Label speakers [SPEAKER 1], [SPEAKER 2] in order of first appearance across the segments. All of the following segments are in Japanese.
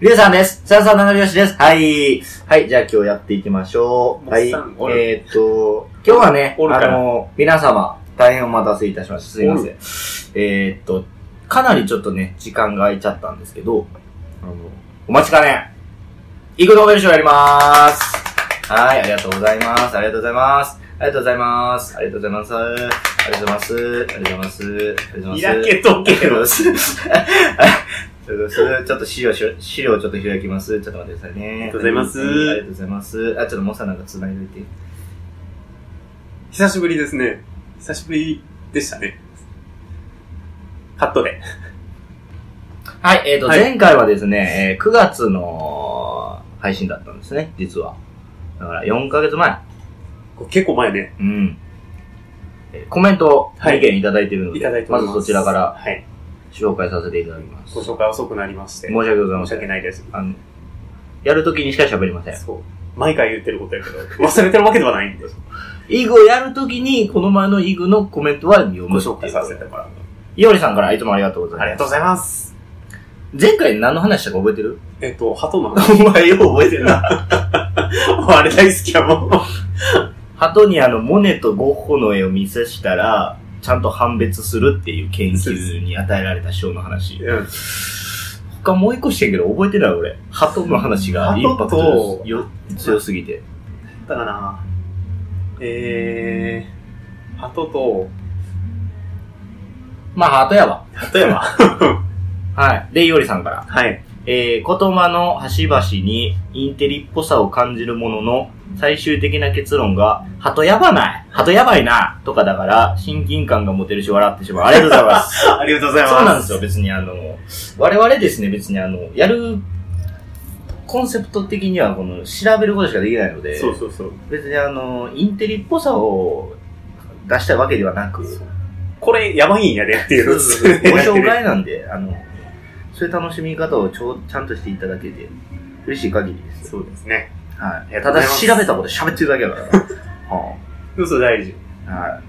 [SPEAKER 1] りえさんです。さやさん、七拍子です。はい。はい、じゃあ今日やっていきましょう。はい。
[SPEAKER 2] おっさんおる
[SPEAKER 1] えーっと、今日はね、
[SPEAKER 2] おるか
[SPEAKER 1] あ
[SPEAKER 2] ら
[SPEAKER 1] の、皆様、大変お待たせいたしました。すいません。えーっと、かなりちょっとね、時間が空いちゃったんですけど、あの、お待ちかね、イグノーベル賞やりまーす。はい、ありがとうございます。ありがとうございます。ありがとうございます。ありがとうございます。ありがとうございます。ありがとうございます。ありがとうございます。
[SPEAKER 2] 開けとけよ。
[SPEAKER 1] ちょっとそれちょっと資料し、資料ちょっと開きます。ちょっと待ってくださいね。あり
[SPEAKER 2] がとうございます
[SPEAKER 1] ありがとうございます。あ、ちょっとモサなんか繋いでいて。
[SPEAKER 2] 久しぶりですね。久しぶりでしたね。カットで。
[SPEAKER 1] はい、えっ、ー、と、
[SPEAKER 2] はい
[SPEAKER 1] 前回はですね、えー9月の配信だったんですね、実は。だから4ヶ月前。
[SPEAKER 2] これ結構前ね、
[SPEAKER 1] うん。えーコメントを
[SPEAKER 2] はい
[SPEAKER 1] 意見いただいてるの
[SPEAKER 2] い
[SPEAKER 1] で、
[SPEAKER 2] ただいてお
[SPEAKER 1] ま
[SPEAKER 2] り
[SPEAKER 1] ず
[SPEAKER 2] ます。
[SPEAKER 1] そちらから
[SPEAKER 2] はい。
[SPEAKER 1] 紹介させていただきます。
[SPEAKER 2] ご
[SPEAKER 1] 申し
[SPEAKER 2] 紹介遅くなりまして。
[SPEAKER 1] 訳ございま
[SPEAKER 2] 申し
[SPEAKER 1] せ
[SPEAKER 2] 訳
[SPEAKER 1] ん。
[SPEAKER 2] ないです。
[SPEAKER 1] あの、やるときにしか喋りません。
[SPEAKER 2] そう。毎回言ってることやけど、忘れてるわけでは ないんで、
[SPEAKER 1] イグをやるときに、この前のイグのコメントは読
[SPEAKER 2] ご
[SPEAKER 1] む
[SPEAKER 2] 紹
[SPEAKER 1] ってい
[SPEAKER 2] 介
[SPEAKER 1] う
[SPEAKER 2] させてもらう。
[SPEAKER 1] いおりさんからいつもありがとうございます。
[SPEAKER 2] ありがとうございます。
[SPEAKER 1] 前回何の話したか覚えて る
[SPEAKER 2] えっと、鳩の話。
[SPEAKER 1] お前よう覚えてるな。
[SPEAKER 2] あれ大好きやもん。
[SPEAKER 1] 鳩にあの、モネとゴッホの絵を見せしたら、ちゃんと判別するっていう研究に与えられた賞の話。
[SPEAKER 2] うん
[SPEAKER 1] 他もう一個してんけど覚えてない俺。鳩の話がインパクトよ強すぎて。
[SPEAKER 2] だったかなえー、鳩と、
[SPEAKER 1] まあ、鳩やわ。
[SPEAKER 2] 例えば。
[SPEAKER 1] はい。で、いおりさんから。
[SPEAKER 2] はい。
[SPEAKER 1] えー、言葉の端々にインテリっぽさを感じるものの、最終的な結論が、鳩やばない鳩やばいなとかだから、親近感が持てるし笑ってしまう。ありがとうございます。
[SPEAKER 2] ありがとうございます。
[SPEAKER 1] そうなんですよ、別にあの、我々ですね、別にあの、やる、コンセプト的にはこの、調べることしかできないので、
[SPEAKER 2] そうそうそう。
[SPEAKER 1] 別にあの、インテリっぽさを出したいわけではなく、
[SPEAKER 2] これやばいんやでってい
[SPEAKER 1] そ
[SPEAKER 2] う。
[SPEAKER 1] うそうそうご紹介なんで、あの、そういう楽しみ方をちょちゃんとしていただけて、嬉しい限りです。
[SPEAKER 2] そうですね。
[SPEAKER 1] はい。
[SPEAKER 2] ありがと
[SPEAKER 1] た
[SPEAKER 2] うござ
[SPEAKER 1] だ
[SPEAKER 2] います
[SPEAKER 1] 調べたこと喋ってるだけだ から。は
[SPEAKER 2] 嘘大事。い
[SPEAKER 1] あは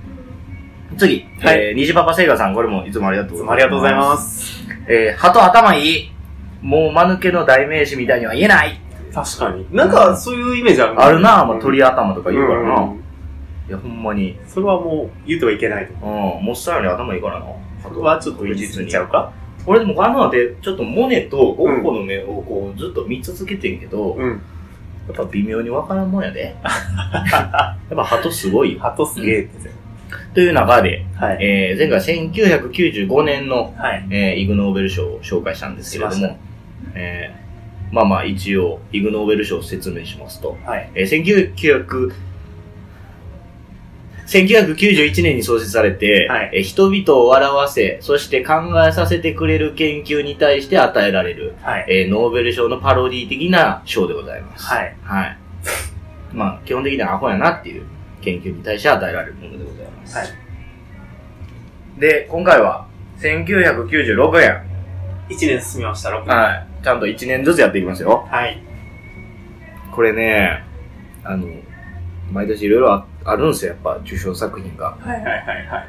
[SPEAKER 1] い。次、
[SPEAKER 2] はい
[SPEAKER 1] えー、虹パパセイガさん、これもいつもありがとうござ
[SPEAKER 2] つ
[SPEAKER 1] い
[SPEAKER 2] も
[SPEAKER 1] ます。
[SPEAKER 2] ありがとうございます。
[SPEAKER 1] えー、鳩頭いい。もう間抜けの代名詞みたいには言えない。
[SPEAKER 2] 確かに。なんか、そういうイメージある
[SPEAKER 1] あるなぁ、ま
[SPEAKER 2] も
[SPEAKER 1] あ、
[SPEAKER 2] う
[SPEAKER 1] 鳥頭とか言うからな。
[SPEAKER 2] ん
[SPEAKER 1] いや、ほんまに。
[SPEAKER 2] それはもう、言うてはいけないと。
[SPEAKER 1] うん、もっさらに頭いいからな。
[SPEAKER 2] それはちょっと言い過ぎちゃうか
[SPEAKER 1] 俺でもあの後で、ちょっとモネとゴッホの目をこう、ずっと見続けてんけど、や
[SPEAKER 2] うん。
[SPEAKER 1] っぱ微妙にわからんもんやで。 やっぱ鳩すごいよ。
[SPEAKER 2] 鳩すげえって。
[SPEAKER 1] という中で、
[SPEAKER 2] はい。
[SPEAKER 1] えー、前回1995年の、
[SPEAKER 2] はい。
[SPEAKER 1] えー、イグノーベル賞を紹介したんですけれど
[SPEAKER 2] しまし
[SPEAKER 1] も、えー、まあまあ一応、イグノーベル賞を説明しますと、
[SPEAKER 2] はい。
[SPEAKER 1] えー、1900 1991年に創設されて、
[SPEAKER 2] はい
[SPEAKER 1] えー人々を笑わせ、そして考えさせてくれる研究に対して与えられる、
[SPEAKER 2] はい。
[SPEAKER 1] えーノーベル賞のパロディ的な賞でございます。い。
[SPEAKER 2] はい。
[SPEAKER 1] はい。まあ、基本的にはアホやなっていう研究に対して与えられるものでございます。
[SPEAKER 2] はい
[SPEAKER 1] で、今回は、1996年。
[SPEAKER 2] 一年進みました、6年。
[SPEAKER 1] はい。ちゃんと1年ずつやっていきますよ。
[SPEAKER 2] はい。
[SPEAKER 1] これね、あの、毎年いろいろああるんですよ、やっぱ受賞作品が。
[SPEAKER 2] はいはいはいはい。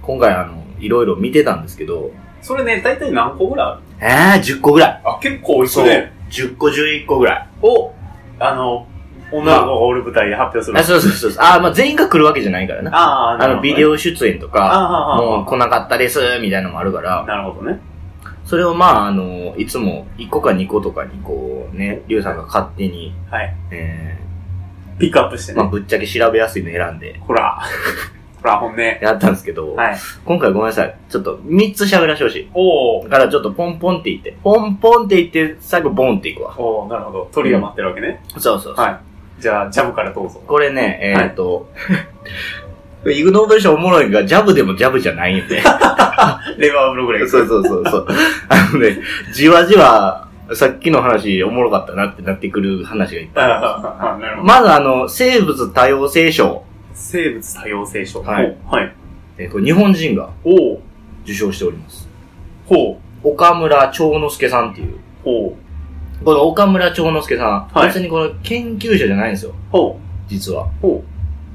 [SPEAKER 1] 今回あの、いろいろ見てたんですけど、
[SPEAKER 2] それね、大体何個ぐらいある
[SPEAKER 1] えー、10個ぐらい。
[SPEAKER 2] あ、結構多いっす
[SPEAKER 1] そう
[SPEAKER 2] ね。。
[SPEAKER 1] 10個、11個ぐらい。
[SPEAKER 2] を、あの、女の子がおる舞台で発表する
[SPEAKER 1] あ、。そうそうそうそう。あー、まあ全員が来るわけじゃないからな。
[SPEAKER 2] あ
[SPEAKER 1] あの、ビデ
[SPEAKER 2] オ。
[SPEAKER 1] オ出演とか、
[SPEAKER 2] ああ、
[SPEAKER 1] もう来なかったです、みたいなのもあるから、
[SPEAKER 2] なるほどね。
[SPEAKER 1] それをまあ、あの、いつも1個か2個とかにこう、ね、りゅうさんが勝手に、
[SPEAKER 2] はい。
[SPEAKER 1] え
[SPEAKER 2] ピックアップして
[SPEAKER 1] ー、まあ
[SPEAKER 2] ね。
[SPEAKER 1] ぶっちゃけ調べやすいの選んで、
[SPEAKER 2] ほら。 ほら、本音。
[SPEAKER 1] やったんですけど、
[SPEAKER 2] はい。
[SPEAKER 1] 今回ごめんなさい。ちょっと3つ喋らせてほしい。
[SPEAKER 2] おお
[SPEAKER 1] だからちょっとポンポンって言って、ポンポンって言って、最後ボンっていくわ。
[SPEAKER 2] おおなるほど。鳥が待ってるわけね。
[SPEAKER 1] そうそうそう。
[SPEAKER 2] はい。じゃあ、ジャブからどうぞ。
[SPEAKER 1] これね、えーっ、と、 イグノーベル賞おもろいが、ジャブでもジャブじゃない んで。
[SPEAKER 2] レバーブログレイ
[SPEAKER 1] そうそうそうそう。 あのね、じわじわ、さっきの話おもろかったなってなってくる話がいっぱいある。
[SPEAKER 2] ああ、なるほど。
[SPEAKER 1] まずあの、生物多様性賞。
[SPEAKER 2] 生物多様性賞。
[SPEAKER 1] はい
[SPEAKER 2] ほう。はい。
[SPEAKER 1] えーこれ日本人が
[SPEAKER 2] おお
[SPEAKER 1] 受賞しております。
[SPEAKER 2] ほう。
[SPEAKER 1] 岡村長之助さんっていう。
[SPEAKER 2] ほ
[SPEAKER 1] この岡村長之助さん、
[SPEAKER 2] はい
[SPEAKER 1] 別にこの研究者じゃないんですよ、
[SPEAKER 2] う。ほ
[SPEAKER 1] 実は。
[SPEAKER 2] う。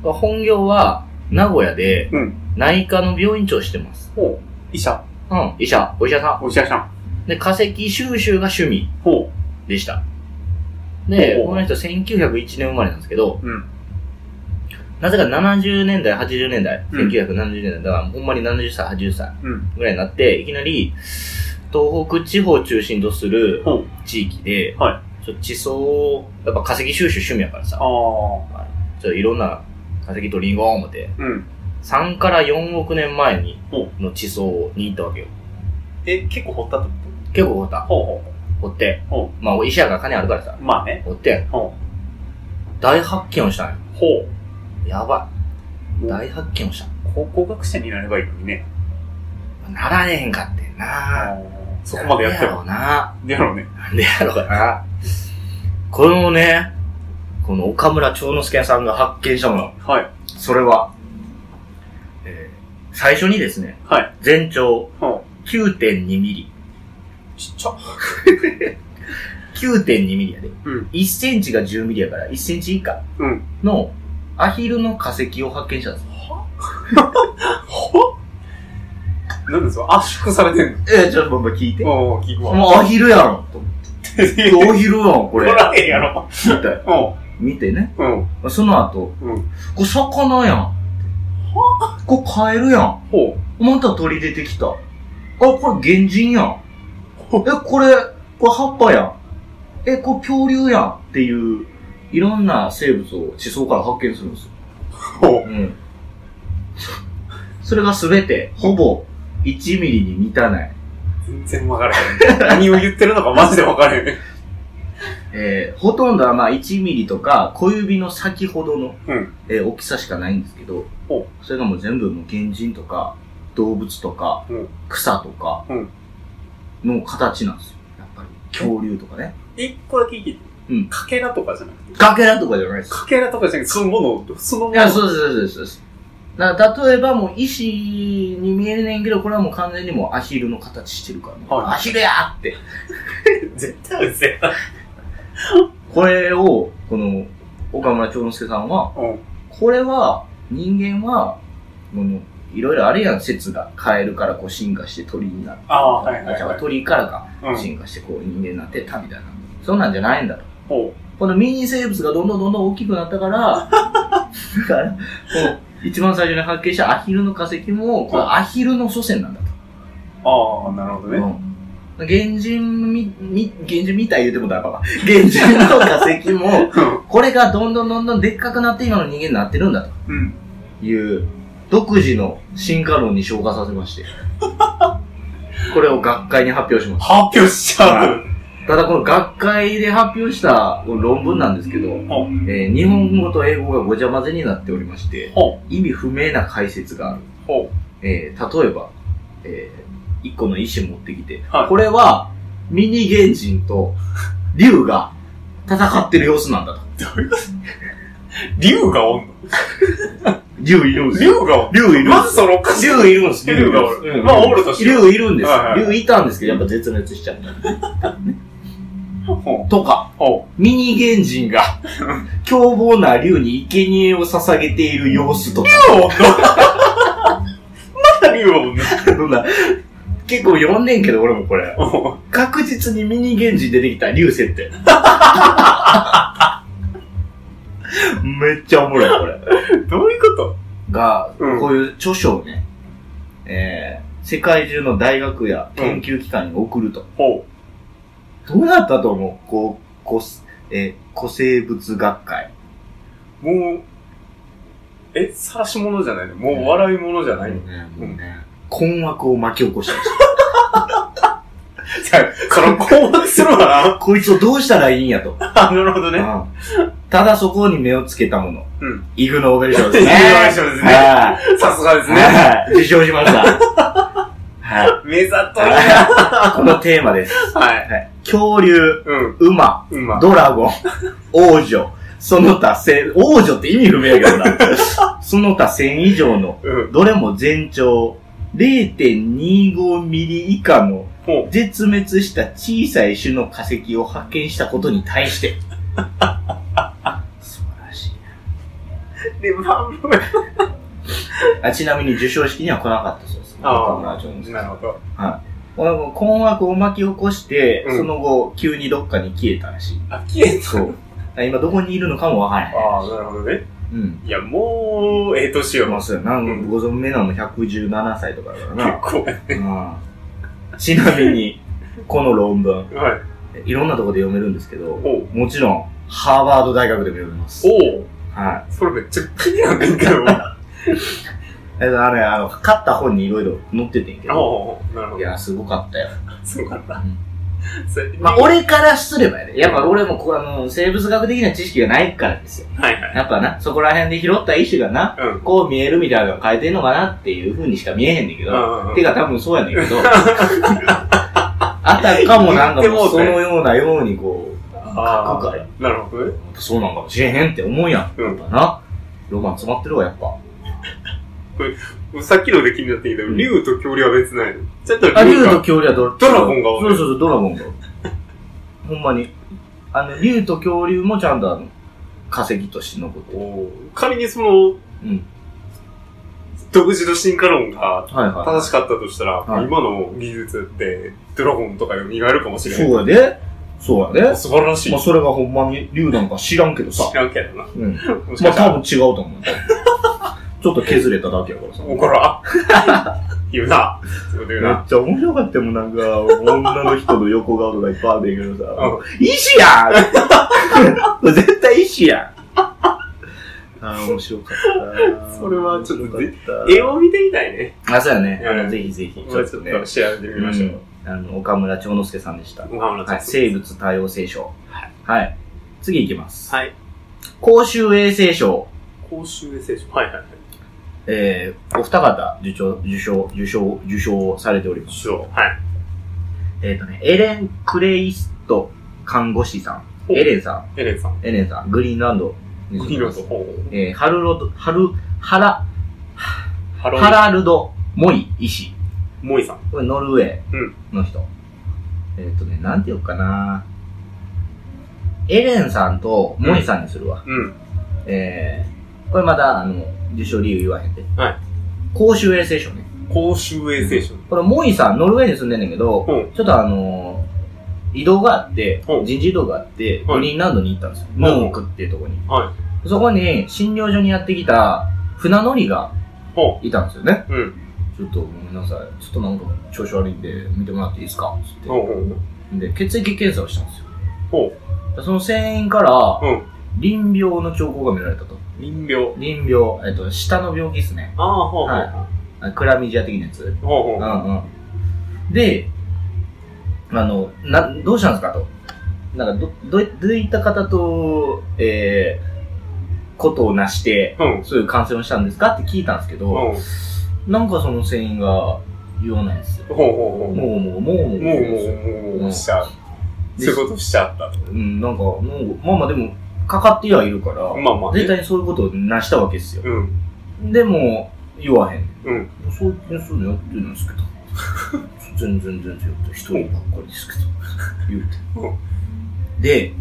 [SPEAKER 2] ほ
[SPEAKER 1] 本業は、名古屋で
[SPEAKER 2] う。うん。
[SPEAKER 1] 内科の病院長をしてます。
[SPEAKER 2] ほう。医者。
[SPEAKER 1] うん、医者、お医者さん。
[SPEAKER 2] お医者さん。
[SPEAKER 1] で、化石収集が趣味
[SPEAKER 2] ほ
[SPEAKER 1] でした。で、
[SPEAKER 2] ほう
[SPEAKER 1] この人1901年生まれなんですけど、
[SPEAKER 2] う。うん。
[SPEAKER 1] なぜか70年代、80年代、
[SPEAKER 2] うん
[SPEAKER 1] 1970年代、だからほんまに70歳、80歳
[SPEAKER 2] うん。
[SPEAKER 1] ぐらいになって、いきなり、東北地方を中心とする
[SPEAKER 2] ほう。
[SPEAKER 1] 地域で、
[SPEAKER 2] は
[SPEAKER 1] ちょっと地層を、やっぱ化石収集趣味やからさ、
[SPEAKER 2] あ
[SPEAKER 1] ちょっといろんな化石取りに行こう思って、
[SPEAKER 2] あ。うん。
[SPEAKER 1] 3から4億年前に
[SPEAKER 2] ほ
[SPEAKER 1] の地層に行ったわけよ。
[SPEAKER 2] え、結構掘ったってこ
[SPEAKER 1] 結構掘った
[SPEAKER 2] と。ほ
[SPEAKER 1] 掘って。
[SPEAKER 2] うほ
[SPEAKER 1] まあ、医者が金あるからさ
[SPEAKER 2] う。ほ、う。まあね。
[SPEAKER 1] 掘って、
[SPEAKER 2] ほ
[SPEAKER 1] 大発見をしたんよ
[SPEAKER 2] う。ほう。
[SPEAKER 1] やばい。
[SPEAKER 2] もう
[SPEAKER 1] 大発見をした。
[SPEAKER 2] 考古学者になればいいのにね。
[SPEAKER 1] なられへんかってんな
[SPEAKER 2] そこまでやって
[SPEAKER 1] なんやろ
[SPEAKER 2] も。
[SPEAKER 1] うな。
[SPEAKER 2] やろうね。
[SPEAKER 1] なんでやろうな。このね、この岡村長之介さんが発見したもの。
[SPEAKER 2] はい。
[SPEAKER 1] それは、えー最初にですね、
[SPEAKER 2] はい。
[SPEAKER 1] 全長
[SPEAKER 2] ほ
[SPEAKER 1] 9.2ミリ。
[SPEAKER 2] う。ちっちゃ。
[SPEAKER 1] 9.2ミリやで。
[SPEAKER 2] うん。
[SPEAKER 1] 1センチが10ミリやから、1センチ以下
[SPEAKER 2] うん。
[SPEAKER 1] のアヒルの化石を発見したんです
[SPEAKER 2] ほうなんですか圧縮されてんの
[SPEAKER 1] えー、ちょっと僕聞いて。も
[SPEAKER 2] おー、聞くわ。
[SPEAKER 1] うアヒルやん。 おヒルやん、こ
[SPEAKER 2] 取
[SPEAKER 1] れ。
[SPEAKER 2] らへんやろ。
[SPEAKER 1] 見たい。
[SPEAKER 2] お
[SPEAKER 1] 見てね。
[SPEAKER 2] うん。
[SPEAKER 1] その後、
[SPEAKER 2] うん。
[SPEAKER 1] これ魚やん。これカエルやん。
[SPEAKER 2] ほ
[SPEAKER 1] また鳥出てきた。あ、これ原人やん。え、これ、これ葉っぱやん。え、これ恐竜やん。っていう、いろんな生物を地層から発見するんですよ。
[SPEAKER 2] う。ほ
[SPEAKER 1] う
[SPEAKER 2] う。
[SPEAKER 1] ん。それがすべて、ほぼ、1ミリに満たない。
[SPEAKER 2] 全然分からへん。何を言ってるのかマジで分からへん。
[SPEAKER 1] えーほとんどはまあ1ミリとか小指の先ほどの、
[SPEAKER 2] うん
[SPEAKER 1] えー大きさしかないんですけど
[SPEAKER 2] お、
[SPEAKER 1] それがもう全部もう原人とか動物とか、
[SPEAKER 2] うん
[SPEAKER 1] 草とか
[SPEAKER 2] うん
[SPEAKER 1] の形なんですよ。やっぱり恐竜とかね。
[SPEAKER 2] 一個だけ聞いて。
[SPEAKER 1] うん
[SPEAKER 2] かけらとかじゃなくて。
[SPEAKER 1] かけらとかじゃないです。
[SPEAKER 2] かけらとかじゃなくて、そのものを、そのも
[SPEAKER 1] い
[SPEAKER 2] のを
[SPEAKER 1] や、そうです、そうです、そうです。だから例えばもう石に見えるねんけど、これはもう完全にもうアヒルの形してるからね。
[SPEAKER 2] はい
[SPEAKER 1] アヒルやーって。
[SPEAKER 2] 絶対うぜえな。
[SPEAKER 1] これを、この、岡村長之介さんは、
[SPEAKER 2] うん。
[SPEAKER 1] これは、人間は、この、いろいろあるやん、説が。カエルからこう進化して鳥になっ
[SPEAKER 2] ああ、はい
[SPEAKER 1] た。
[SPEAKER 2] はい
[SPEAKER 1] じゃ
[SPEAKER 2] は
[SPEAKER 1] あ
[SPEAKER 2] い。
[SPEAKER 1] 鳥からか、
[SPEAKER 2] うん。
[SPEAKER 1] 進化してこう人間になってったみたいな。そんなんじゃないんだと。
[SPEAKER 2] ほ
[SPEAKER 1] このミニ生物がどんどんどんどん大きくなったから、だから、こう、一番最初に発見したアヒルの化石も、これアヒルの祖先なんだと。
[SPEAKER 2] う。ああ、なるほど
[SPEAKER 1] う
[SPEAKER 2] ね。
[SPEAKER 1] ん原人み、み、原人みたい言うてもだから、原人の化石も、これがどんどんどんどんでっかくなって今の人間になってるんだと。
[SPEAKER 2] うん。
[SPEAKER 1] いう独自の進化論に昇華させまして。 これを学会に発表しまし
[SPEAKER 2] 発表しちゃう。
[SPEAKER 1] た。ただこの学会で発表したこの論文なんですけど、
[SPEAKER 2] ほう。
[SPEAKER 1] えー日本語と英語がごちゃ混ぜになっておりまして、
[SPEAKER 2] ほ
[SPEAKER 1] 意味不明な解説がある。
[SPEAKER 2] う。ほ
[SPEAKER 1] えー例えば、え1個の石持ってきて、
[SPEAKER 2] はい
[SPEAKER 1] これはミニ原人と竜が戦ってる様子なんだと。
[SPEAKER 2] う。竜がおんの
[SPEAKER 1] 竜いるんです
[SPEAKER 2] 竜
[SPEAKER 1] よ。
[SPEAKER 2] がおんの
[SPEAKER 1] 竜いるんです
[SPEAKER 2] まずそのおかしい。
[SPEAKER 1] 竜いるんです
[SPEAKER 2] 竜がおる
[SPEAKER 1] うん
[SPEAKER 2] まあおるとして
[SPEAKER 1] 竜いるんです
[SPEAKER 2] はいはい
[SPEAKER 1] 竜いたんですけど、やっぱ絶滅しちゃった。
[SPEAKER 2] ほう。
[SPEAKER 1] とか、
[SPEAKER 2] ほ
[SPEAKER 1] ミニ原人 が、凶暴な竜に生贄を捧げている様子とか、
[SPEAKER 2] う。 おんのまだ竜おんの
[SPEAKER 1] そんな結構読んでんけど、俺もこれ。
[SPEAKER 2] ほう
[SPEAKER 1] 確実にミニ原人出てきた竜設定。 めっちゃおもろい、これ。
[SPEAKER 2] どういうこと
[SPEAKER 1] が、
[SPEAKER 2] うん
[SPEAKER 1] こういう著書をね、えー、世界中の大学や研究機関に送ると。
[SPEAKER 2] ほ
[SPEAKER 1] どうなったと思うこう、こす、えー、古生物学会。
[SPEAKER 2] う。もう、え、晒し物じゃないのもう笑い物じゃないの
[SPEAKER 1] ね、もうね、困惑を巻き起こしたんですよ
[SPEAKER 2] じゃあその困惑するわ
[SPEAKER 1] こいつをどうしたらいいんやと。
[SPEAKER 2] な。なるほどね。
[SPEAKER 1] うんただそこに目をつけたもの。
[SPEAKER 2] うん
[SPEAKER 1] イグノーベル賞です
[SPEAKER 2] イグ
[SPEAKER 1] ね。
[SPEAKER 2] ノーベル賞ですね
[SPEAKER 1] は
[SPEAKER 2] さすがです
[SPEAKER 1] い。
[SPEAKER 2] ね。
[SPEAKER 1] はい受賞しました。はい。
[SPEAKER 2] 目ざといな。
[SPEAKER 1] はいこのテーマです。
[SPEAKER 2] はい。
[SPEAKER 1] はい恐竜、
[SPEAKER 2] うん。
[SPEAKER 1] 馬、
[SPEAKER 2] うま。
[SPEAKER 1] ドラゴン、王女、その他千、王女って意味不明やけどな。その他1000以上の、
[SPEAKER 2] うん。
[SPEAKER 1] どれも全長0.25ミリ以下の
[SPEAKER 2] ほう。
[SPEAKER 1] 絶滅した小さい種の化石を発見したことに対して。素晴らしい
[SPEAKER 2] で、まあ、
[SPEAKER 1] なあ。ちなみに授賞式には来なかったそうです。
[SPEAKER 2] あー
[SPEAKER 1] 岡村長の
[SPEAKER 2] なるほど。
[SPEAKER 1] はい。俺も困惑を巻き起こして、
[SPEAKER 2] うん
[SPEAKER 1] その後、急にどっかに消えたらしい。
[SPEAKER 2] あ、消えた。
[SPEAKER 1] そう。今どこにいるのかもわからへん。
[SPEAKER 2] ああ、なるほどね。
[SPEAKER 1] うん。
[SPEAKER 2] いや、もう、ええ年よ。
[SPEAKER 1] まあ、
[SPEAKER 2] 結
[SPEAKER 1] そうやな。
[SPEAKER 2] ん
[SPEAKER 1] ご存命なのも117歳と かだからな。
[SPEAKER 2] 構。
[SPEAKER 1] うんちなみに、この論文、
[SPEAKER 2] はい。
[SPEAKER 1] いろんなとこで読めるんですけど、
[SPEAKER 2] おう
[SPEAKER 1] もちろん、ハーバード大学でも読めます。
[SPEAKER 2] おう
[SPEAKER 1] は
[SPEAKER 2] それめっちゃ気になってんけど。あ
[SPEAKER 1] い。えっと、あれ、あの、買った本にいろいろ載っててんけ
[SPEAKER 2] あ、なる
[SPEAKER 1] ど、
[SPEAKER 2] ほ
[SPEAKER 1] いや、すごかったよ。
[SPEAKER 2] ど。すごかった
[SPEAKER 1] うん。
[SPEAKER 2] それ
[SPEAKER 1] まあ、
[SPEAKER 2] は
[SPEAKER 1] 俺からすればやで。やっぱ俺もこう、あの、生物学的な知識がないからですよ。
[SPEAKER 2] いはい。
[SPEAKER 1] やっぱな、そこら辺で拾った意思がな、
[SPEAKER 2] うん。
[SPEAKER 1] こう見えるみたいなのを変えてんのかなっていう風にしか見えへんねんけど、
[SPEAKER 2] うんうん
[SPEAKER 1] てか多分そうやねんけ ど、あたかもなんかもうそのようなようにこう、書
[SPEAKER 2] あ
[SPEAKER 1] くから。
[SPEAKER 2] あ、なるほどね。
[SPEAKER 1] やっぱそうなんかもしれへんって思うやん。
[SPEAKER 2] うん
[SPEAKER 1] やっぱな。ロマン詰まってるわ、やっぱ。
[SPEAKER 2] さっきので気になってんけど、
[SPEAKER 1] うん
[SPEAKER 2] 竜と恐竜は別ないの。ちょっと
[SPEAKER 1] あ、竜
[SPEAKER 2] が
[SPEAKER 1] と恐竜はド
[SPEAKER 2] ドラゴンがお
[SPEAKER 1] そ
[SPEAKER 2] る
[SPEAKER 1] うそうそう、ドラゴン がおる。ほんまに。あの、竜と恐竜もちゃんとあの、化石として残ってる。
[SPEAKER 2] おう仮にその、
[SPEAKER 1] うん。
[SPEAKER 2] 独自の進化論が
[SPEAKER 1] はいは
[SPEAKER 2] 正しかったとしたら、
[SPEAKER 1] はい
[SPEAKER 2] 今の技術って、ドラゴンとか蘇るかもし
[SPEAKER 1] い。
[SPEAKER 2] れない。
[SPEAKER 1] そうやで。そうやで。
[SPEAKER 2] 素晴らしい。
[SPEAKER 1] まあ、それがほんまに竜なんか知らんけどさ
[SPEAKER 2] 知。らんけどな。
[SPEAKER 1] うん。
[SPEAKER 2] もし
[SPEAKER 1] ま
[SPEAKER 2] か
[SPEAKER 1] あ、
[SPEAKER 2] した
[SPEAKER 1] 多
[SPEAKER 2] ら、
[SPEAKER 1] 分違うと思 う。ちょっと削れただけやからさ。
[SPEAKER 2] おこら。 言うな。そういうこと言う
[SPEAKER 1] め
[SPEAKER 2] な。
[SPEAKER 1] っちゃ面白かったよ、もうなんか、女の人の横顔とかいっぱいあるんだけどさ、石やん 絶対石やんあー面白かった。
[SPEAKER 2] それはちょっと
[SPEAKER 1] 面
[SPEAKER 2] ぜ
[SPEAKER 1] 白かった
[SPEAKER 2] 絵を見てみたいね。
[SPEAKER 1] あ、そうやね。あ
[SPEAKER 2] う
[SPEAKER 1] の
[SPEAKER 2] ん
[SPEAKER 1] ぜひぜひ、
[SPEAKER 2] ちょっと調べてみましょう。
[SPEAKER 1] うんあの、岡村長之助さんでした。
[SPEAKER 2] 岡村ち
[SPEAKER 1] は
[SPEAKER 2] ゃ
[SPEAKER 1] い。
[SPEAKER 2] ん。
[SPEAKER 1] 生物多様性賞。はい。次行きます。
[SPEAKER 2] はい。
[SPEAKER 1] 公衆衛生賞。
[SPEAKER 2] 公衆衛生省。はいはいはい。
[SPEAKER 1] えー、お二方受賞、受賞、受賞、受賞されております。
[SPEAKER 2] そう。はい。
[SPEAKER 1] えっ、とね、エレン・クレイスト看護師さん。
[SPEAKER 2] お
[SPEAKER 1] エレンさ
[SPEAKER 2] エレンさん。
[SPEAKER 1] ん。エレンさん。グリーンランドに
[SPEAKER 2] グ
[SPEAKER 1] 住
[SPEAKER 2] リ
[SPEAKER 1] んでま
[SPEAKER 2] ノ
[SPEAKER 1] す。
[SPEAKER 2] とホー。
[SPEAKER 1] えー、ハルロド、ハル、ハラ、
[SPEAKER 2] ハロ
[SPEAKER 1] ハ
[SPEAKER 2] ー。
[SPEAKER 1] ラルド・モイ医師。
[SPEAKER 2] モイさん。
[SPEAKER 1] これノルウェーの人。えっ、とね、なんて言うかなエレンさんとモイさんにするわ。
[SPEAKER 2] うん。
[SPEAKER 1] えー、これまだ、あの、受賞理由言わへんで。
[SPEAKER 2] はい。
[SPEAKER 1] 公衆衛生省ね。
[SPEAKER 2] 公衆衛生省。
[SPEAKER 1] これ、モイさん、ノルウェーに住んでんねんけど、
[SPEAKER 2] うん
[SPEAKER 1] ちょっとあのー移動があって、
[SPEAKER 2] うん
[SPEAKER 1] 人事異動があって、
[SPEAKER 2] はい
[SPEAKER 1] グリーンランドに行ったんですよ。
[SPEAKER 2] ん
[SPEAKER 1] ムーンクっていうとこに。
[SPEAKER 2] は
[SPEAKER 1] そこに、診療所にやってきた、船乗りが
[SPEAKER 2] ほ
[SPEAKER 1] いたんですよね。
[SPEAKER 2] う。うん。
[SPEAKER 1] ちょっとごめんなさい。ちょっとなんか調子悪いんで、見てもらっていいですかつ
[SPEAKER 2] ほう
[SPEAKER 1] っ
[SPEAKER 2] ほう
[SPEAKER 1] て。で、血液検査をしたんですよ。
[SPEAKER 2] ほ
[SPEAKER 1] その船員から
[SPEAKER 2] う。、うん。
[SPEAKER 1] 臨病の兆候が見られたと。
[SPEAKER 2] 人病。
[SPEAKER 1] 臨病、えっと、下の病気ですね。
[SPEAKER 2] ああ、ほうほう。
[SPEAKER 1] はいあクラミジア的なやつ。
[SPEAKER 2] ほうほう。
[SPEAKER 1] うんうん。で、あの、な、どうしたんですかと。なんか、ど、ど、どういった方と、えー、ことをなして、
[SPEAKER 2] うん。
[SPEAKER 1] そういう感染をしたんですかって聞いたんですけ
[SPEAKER 2] うん。
[SPEAKER 1] ど、
[SPEAKER 2] ほう
[SPEAKER 1] なんかその船員が言わないんですよ。
[SPEAKER 2] ほうほう。も
[SPEAKER 1] もうもう、もうもう。
[SPEAKER 2] う、もう、もう、しちゃう。
[SPEAKER 1] で
[SPEAKER 2] そういうことしちゃった。
[SPEAKER 1] うん、なんか、もう、まあまあでも、かかってはいるから、
[SPEAKER 2] まあまあね
[SPEAKER 1] 絶対にそういうことをなしたわけですよ。
[SPEAKER 2] うん。
[SPEAKER 1] でも、言わへん。
[SPEAKER 2] うん。
[SPEAKER 1] そういうそういうのやってるんですけど全然全然やって一人ばっかりですけど言うて
[SPEAKER 2] う
[SPEAKER 1] で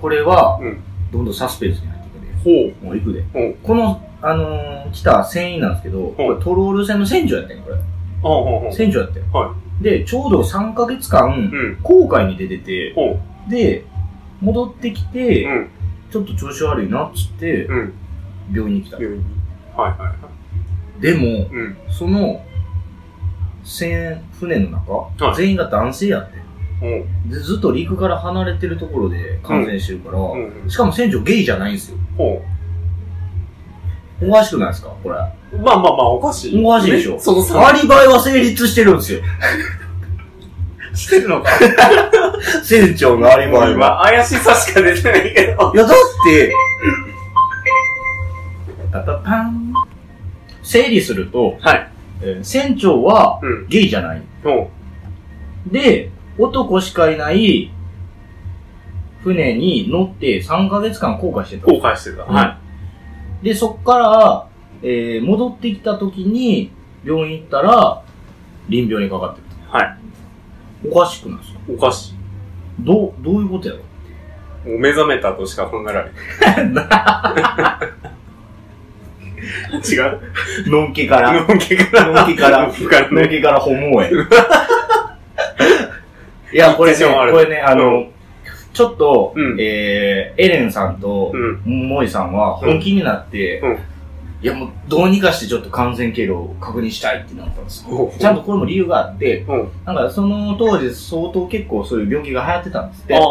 [SPEAKER 1] これは、
[SPEAKER 2] うん
[SPEAKER 1] どんどんサスペンスに入ってくるよ
[SPEAKER 2] ほう。
[SPEAKER 1] もう行くで、
[SPEAKER 2] うん
[SPEAKER 1] このあのー来た船員なんですけど、これトロール船の船長やったんよこれ
[SPEAKER 2] ほうほうほう。
[SPEAKER 1] 船長やったよ、
[SPEAKER 2] は
[SPEAKER 1] でちょうど3ヶ月間
[SPEAKER 2] うん。
[SPEAKER 1] 航海に出てて、
[SPEAKER 2] ほ
[SPEAKER 1] で戻ってき
[SPEAKER 2] う。
[SPEAKER 1] て、
[SPEAKER 2] うん。
[SPEAKER 1] ちょっと調子悪いなっつって
[SPEAKER 2] うん。
[SPEAKER 1] 病院に来た、
[SPEAKER 2] 病院に。はいはいは
[SPEAKER 1] でも
[SPEAKER 2] い。うん。
[SPEAKER 1] その船船の中、
[SPEAKER 2] はい
[SPEAKER 1] 全員が男性やって
[SPEAKER 2] ほう。
[SPEAKER 1] でずっと陸から離れてるところで感染してるから、
[SPEAKER 2] うん。
[SPEAKER 1] しかも船長ゲイじゃないんですよ。
[SPEAKER 2] ほ
[SPEAKER 1] おかしくないですかこれ。
[SPEAKER 2] う。まあまあまあ、おかしい。
[SPEAKER 1] おかしいでしょ、
[SPEAKER 2] ねそのさ、
[SPEAKER 1] アリバイは成立してるんですよ。
[SPEAKER 2] してるのか。
[SPEAKER 1] 船長のアリバイは。
[SPEAKER 2] 今、怪しさしか出てないけど。
[SPEAKER 1] いや、だって、パパパン。整理すると、
[SPEAKER 2] はい。
[SPEAKER 1] えー船長は
[SPEAKER 2] うん。
[SPEAKER 1] ゲイじゃない。
[SPEAKER 2] ほ
[SPEAKER 1] で、男しかいない船に乗って3ヶ月間航海して
[SPEAKER 2] う。
[SPEAKER 1] た。
[SPEAKER 2] 後悔してた。は
[SPEAKER 1] で、そっから、えー戻ってきた時に、病院行ったら、臨病にかかって
[SPEAKER 2] い。は
[SPEAKER 1] る。おかしくないですか
[SPEAKER 2] い。おかしい。
[SPEAKER 1] どう、どういうことやろ
[SPEAKER 2] もう目覚めたとしか考えられない。違う。
[SPEAKER 1] のんけか
[SPEAKER 2] のんけから。
[SPEAKER 1] のんけから
[SPEAKER 2] のんけから
[SPEAKER 1] のん
[SPEAKER 2] ね。
[SPEAKER 1] けからホモへ。いや、これ
[SPEAKER 2] テンシ
[SPEAKER 1] ね、
[SPEAKER 2] ョンある
[SPEAKER 1] これね、あの、
[SPEAKER 2] う
[SPEAKER 1] ちょっと、
[SPEAKER 2] うん
[SPEAKER 1] えー、エレンさんと、
[SPEAKER 2] うん。
[SPEAKER 1] モイさんは本気になって、
[SPEAKER 2] うん
[SPEAKER 1] いやもうどうにかしてちょっと感染経路を確認したいってなったんですよ。
[SPEAKER 2] ほうほう
[SPEAKER 1] ちゃんとこれも理由があって、
[SPEAKER 2] うん。
[SPEAKER 1] なんかその当時相当結構そういう病気が流行ってたんですって。
[SPEAKER 2] ああ、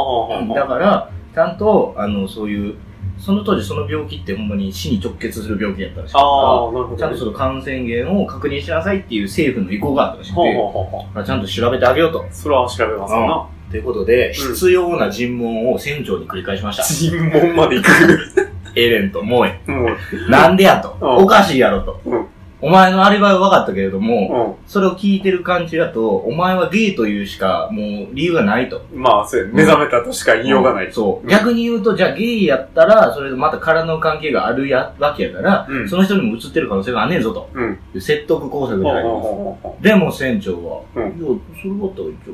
[SPEAKER 2] あ
[SPEAKER 1] だから、ちゃんと、あの、そういう、その当時その病気ってほんまに死に直結する病気だったらしいか
[SPEAKER 2] あ、なるほ
[SPEAKER 1] ら、ちゃんと
[SPEAKER 2] ど。
[SPEAKER 1] その感染源を確認しなさいっていう政府の意向があったらしくて、
[SPEAKER 2] ほうほうほうほ
[SPEAKER 1] まあちゃんと調べてあげようと。
[SPEAKER 2] う。それは調べますよな。
[SPEAKER 1] ということで、
[SPEAKER 2] うん
[SPEAKER 1] 必要な尋問を船長に繰り返しました。
[SPEAKER 2] 尋問まで行く。
[SPEAKER 1] エレンとモエ。
[SPEAKER 2] もう、
[SPEAKER 1] なんでやと。
[SPEAKER 2] うん
[SPEAKER 1] おかしいやろと。
[SPEAKER 2] うん
[SPEAKER 1] お前のアリバイは分かったけれども、
[SPEAKER 2] う
[SPEAKER 1] それを聞いてる感じだと、お前はゲイというしか、もう理由がないと。
[SPEAKER 2] ん。まあ、そうや目覚めたとしか言いようがない。
[SPEAKER 1] そうう。
[SPEAKER 2] ん
[SPEAKER 1] 逆に言うと、じゃあゲイやったら、それとまた体の関係があるや、わけやから、
[SPEAKER 2] うん
[SPEAKER 1] その人にも映ってる可能性があんねえぞと。
[SPEAKER 2] うん。
[SPEAKER 1] いう説得工作
[SPEAKER 2] ほう
[SPEAKER 1] に入り
[SPEAKER 2] ほう
[SPEAKER 1] ます。
[SPEAKER 2] ほうほ
[SPEAKER 1] でも船長は、
[SPEAKER 2] うん
[SPEAKER 1] いや、それだったら大丈夫だと。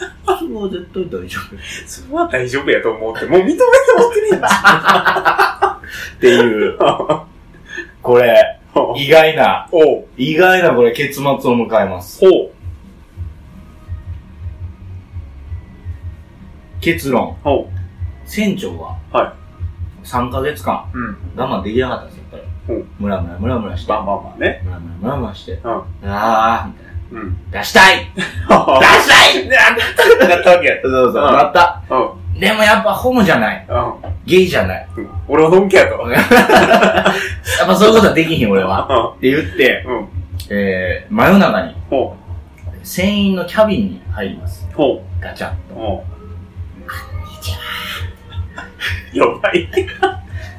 [SPEAKER 1] それは絶対大丈夫。
[SPEAKER 2] う。それは大丈夫やと思って、もう認めてもってねえんだ。
[SPEAKER 1] っていう、これ、
[SPEAKER 2] おう。
[SPEAKER 1] 意外な、意外なこれ結末を迎えます。
[SPEAKER 2] ほう。
[SPEAKER 1] 結論。
[SPEAKER 2] ほ
[SPEAKER 1] 船長は、
[SPEAKER 2] は
[SPEAKER 1] 3ヶ月間、
[SPEAKER 2] う。うん。
[SPEAKER 1] 我慢できなかったんですよ、やっぱ
[SPEAKER 2] ほ
[SPEAKER 1] り
[SPEAKER 2] う。
[SPEAKER 1] ムラムラムラムラして。
[SPEAKER 2] まあ
[SPEAKER 1] ム
[SPEAKER 2] まあまあね。
[SPEAKER 1] ラムラムラムラして。
[SPEAKER 2] うん
[SPEAKER 1] あー、みたい
[SPEAKER 2] うん。
[SPEAKER 1] な。出したい出
[SPEAKER 2] あ
[SPEAKER 1] したい
[SPEAKER 2] なったわけや。
[SPEAKER 1] そうそう、
[SPEAKER 2] ん
[SPEAKER 1] なった。
[SPEAKER 2] うん。
[SPEAKER 1] でもやっぱホムじゃない。
[SPEAKER 2] う
[SPEAKER 1] ゲイじゃない。
[SPEAKER 2] ん。俺はのんけや と。
[SPEAKER 1] やっぱそういうことはできひん、俺は。って言って、
[SPEAKER 2] うん。うん。
[SPEAKER 1] えー、真夜中に、
[SPEAKER 2] ほ
[SPEAKER 1] 船員のキャビンに入ります。
[SPEAKER 2] う。ほ
[SPEAKER 1] ガチャン
[SPEAKER 2] う。
[SPEAKER 1] と。
[SPEAKER 2] ほう。やばい。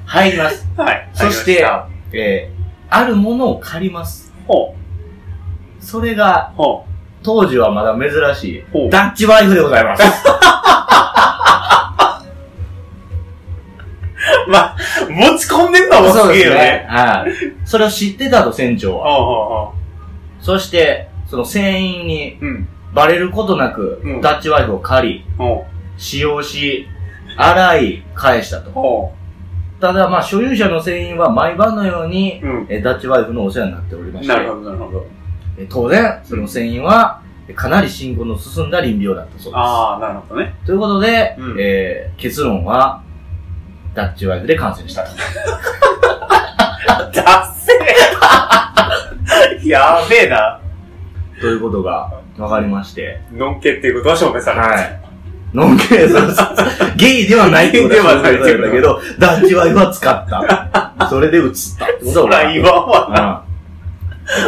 [SPEAKER 1] 入ります。
[SPEAKER 2] はい。
[SPEAKER 1] そして、えー、あるものを借ります。
[SPEAKER 2] ほ
[SPEAKER 1] それが
[SPEAKER 2] う。、ほ
[SPEAKER 1] 当時はまだ珍しい、
[SPEAKER 2] う。ほう。
[SPEAKER 1] ダッチワイフでございます。
[SPEAKER 2] まあ、持ち込んでんのもすげえよね。。
[SPEAKER 1] はい。それを知ってたと、船長
[SPEAKER 2] ほう
[SPEAKER 1] は。
[SPEAKER 2] ほ
[SPEAKER 1] そして、その船員に
[SPEAKER 2] うほう。うん。
[SPEAKER 1] バレることなく、
[SPEAKER 2] うん
[SPEAKER 1] ダッチワイフを借り、
[SPEAKER 2] ほ
[SPEAKER 1] 使用し、洗い、返したと
[SPEAKER 2] う。。ほ
[SPEAKER 1] ただ、まあ、所有者の船員は毎晩のように、
[SPEAKER 2] う。うん。
[SPEAKER 1] えダッチワイフのお世話になっておりまして
[SPEAKER 2] な、るほど、なるほど。
[SPEAKER 1] え当然、その船員は、かなり進行の進んだ臨病だったそうで
[SPEAKER 2] ああ、なるほどね。
[SPEAKER 1] す。ということで、
[SPEAKER 2] うん
[SPEAKER 1] えー結論は、ダッチワイフで感染したと。
[SPEAKER 2] ダッセー やべえな。
[SPEAKER 1] ということが分かりまして、
[SPEAKER 2] のんけっていうことは証明された。
[SPEAKER 1] はい。のんけいさん、ゲイではないってことは
[SPEAKER 2] ゲイではない
[SPEAKER 1] んだけど、ダッチワイフは使った。それで移ったってこと
[SPEAKER 2] そ
[SPEAKER 1] は
[SPEAKER 2] ら
[SPEAKER 1] 分
[SPEAKER 2] 言わんわ。
[SPEAKER 1] か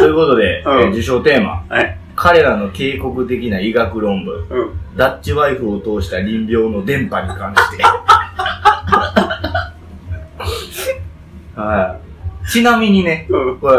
[SPEAKER 1] る。うん。ということで、
[SPEAKER 2] うん
[SPEAKER 1] えー受賞テーマ。
[SPEAKER 2] はい
[SPEAKER 1] 彼らの警告的な医学論文。
[SPEAKER 2] うん。
[SPEAKER 1] ダッチワイフを通した臨病の電波に関 して。はい。ちなみにね、
[SPEAKER 2] うん。
[SPEAKER 1] これ、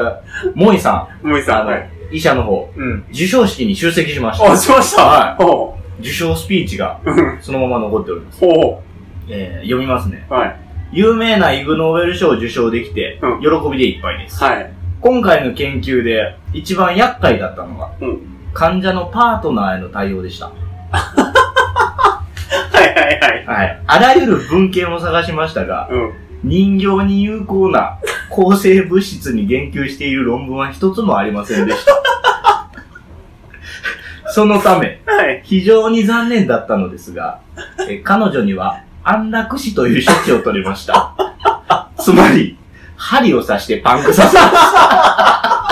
[SPEAKER 1] モイさ
[SPEAKER 2] むい
[SPEAKER 1] ん、
[SPEAKER 2] さ
[SPEAKER 1] あ
[SPEAKER 2] ん、はい。
[SPEAKER 1] の、医者の方、
[SPEAKER 2] うん。
[SPEAKER 1] 受賞式に出席しまし
[SPEAKER 2] あ、
[SPEAKER 1] た。
[SPEAKER 2] しました。
[SPEAKER 1] は
[SPEAKER 2] ほ
[SPEAKER 1] 受賞スピーチが
[SPEAKER 2] う。うん。
[SPEAKER 1] そのまま残っております。
[SPEAKER 2] ほ
[SPEAKER 1] えー読みますね。
[SPEAKER 2] う。はい。
[SPEAKER 1] 有名なイグ・ノーベル賞を受賞できて、
[SPEAKER 2] うん
[SPEAKER 1] 喜びでいっぱいです。
[SPEAKER 2] はい。
[SPEAKER 1] 今回の研究で一番厄介だったのが、
[SPEAKER 2] う
[SPEAKER 1] 患者のパートナーへの対応でした。
[SPEAKER 2] はいはいはい。
[SPEAKER 1] はい。あらゆる文献を探しましたが、
[SPEAKER 2] うん。
[SPEAKER 1] 人形に有効な抗生物質に言及している論文は一つもありませんでした。 そのため、
[SPEAKER 2] はい。
[SPEAKER 1] 非常に残念だったのですが、え彼女には安楽死という処置を取りました。 つまり、針を刺してパンクさせま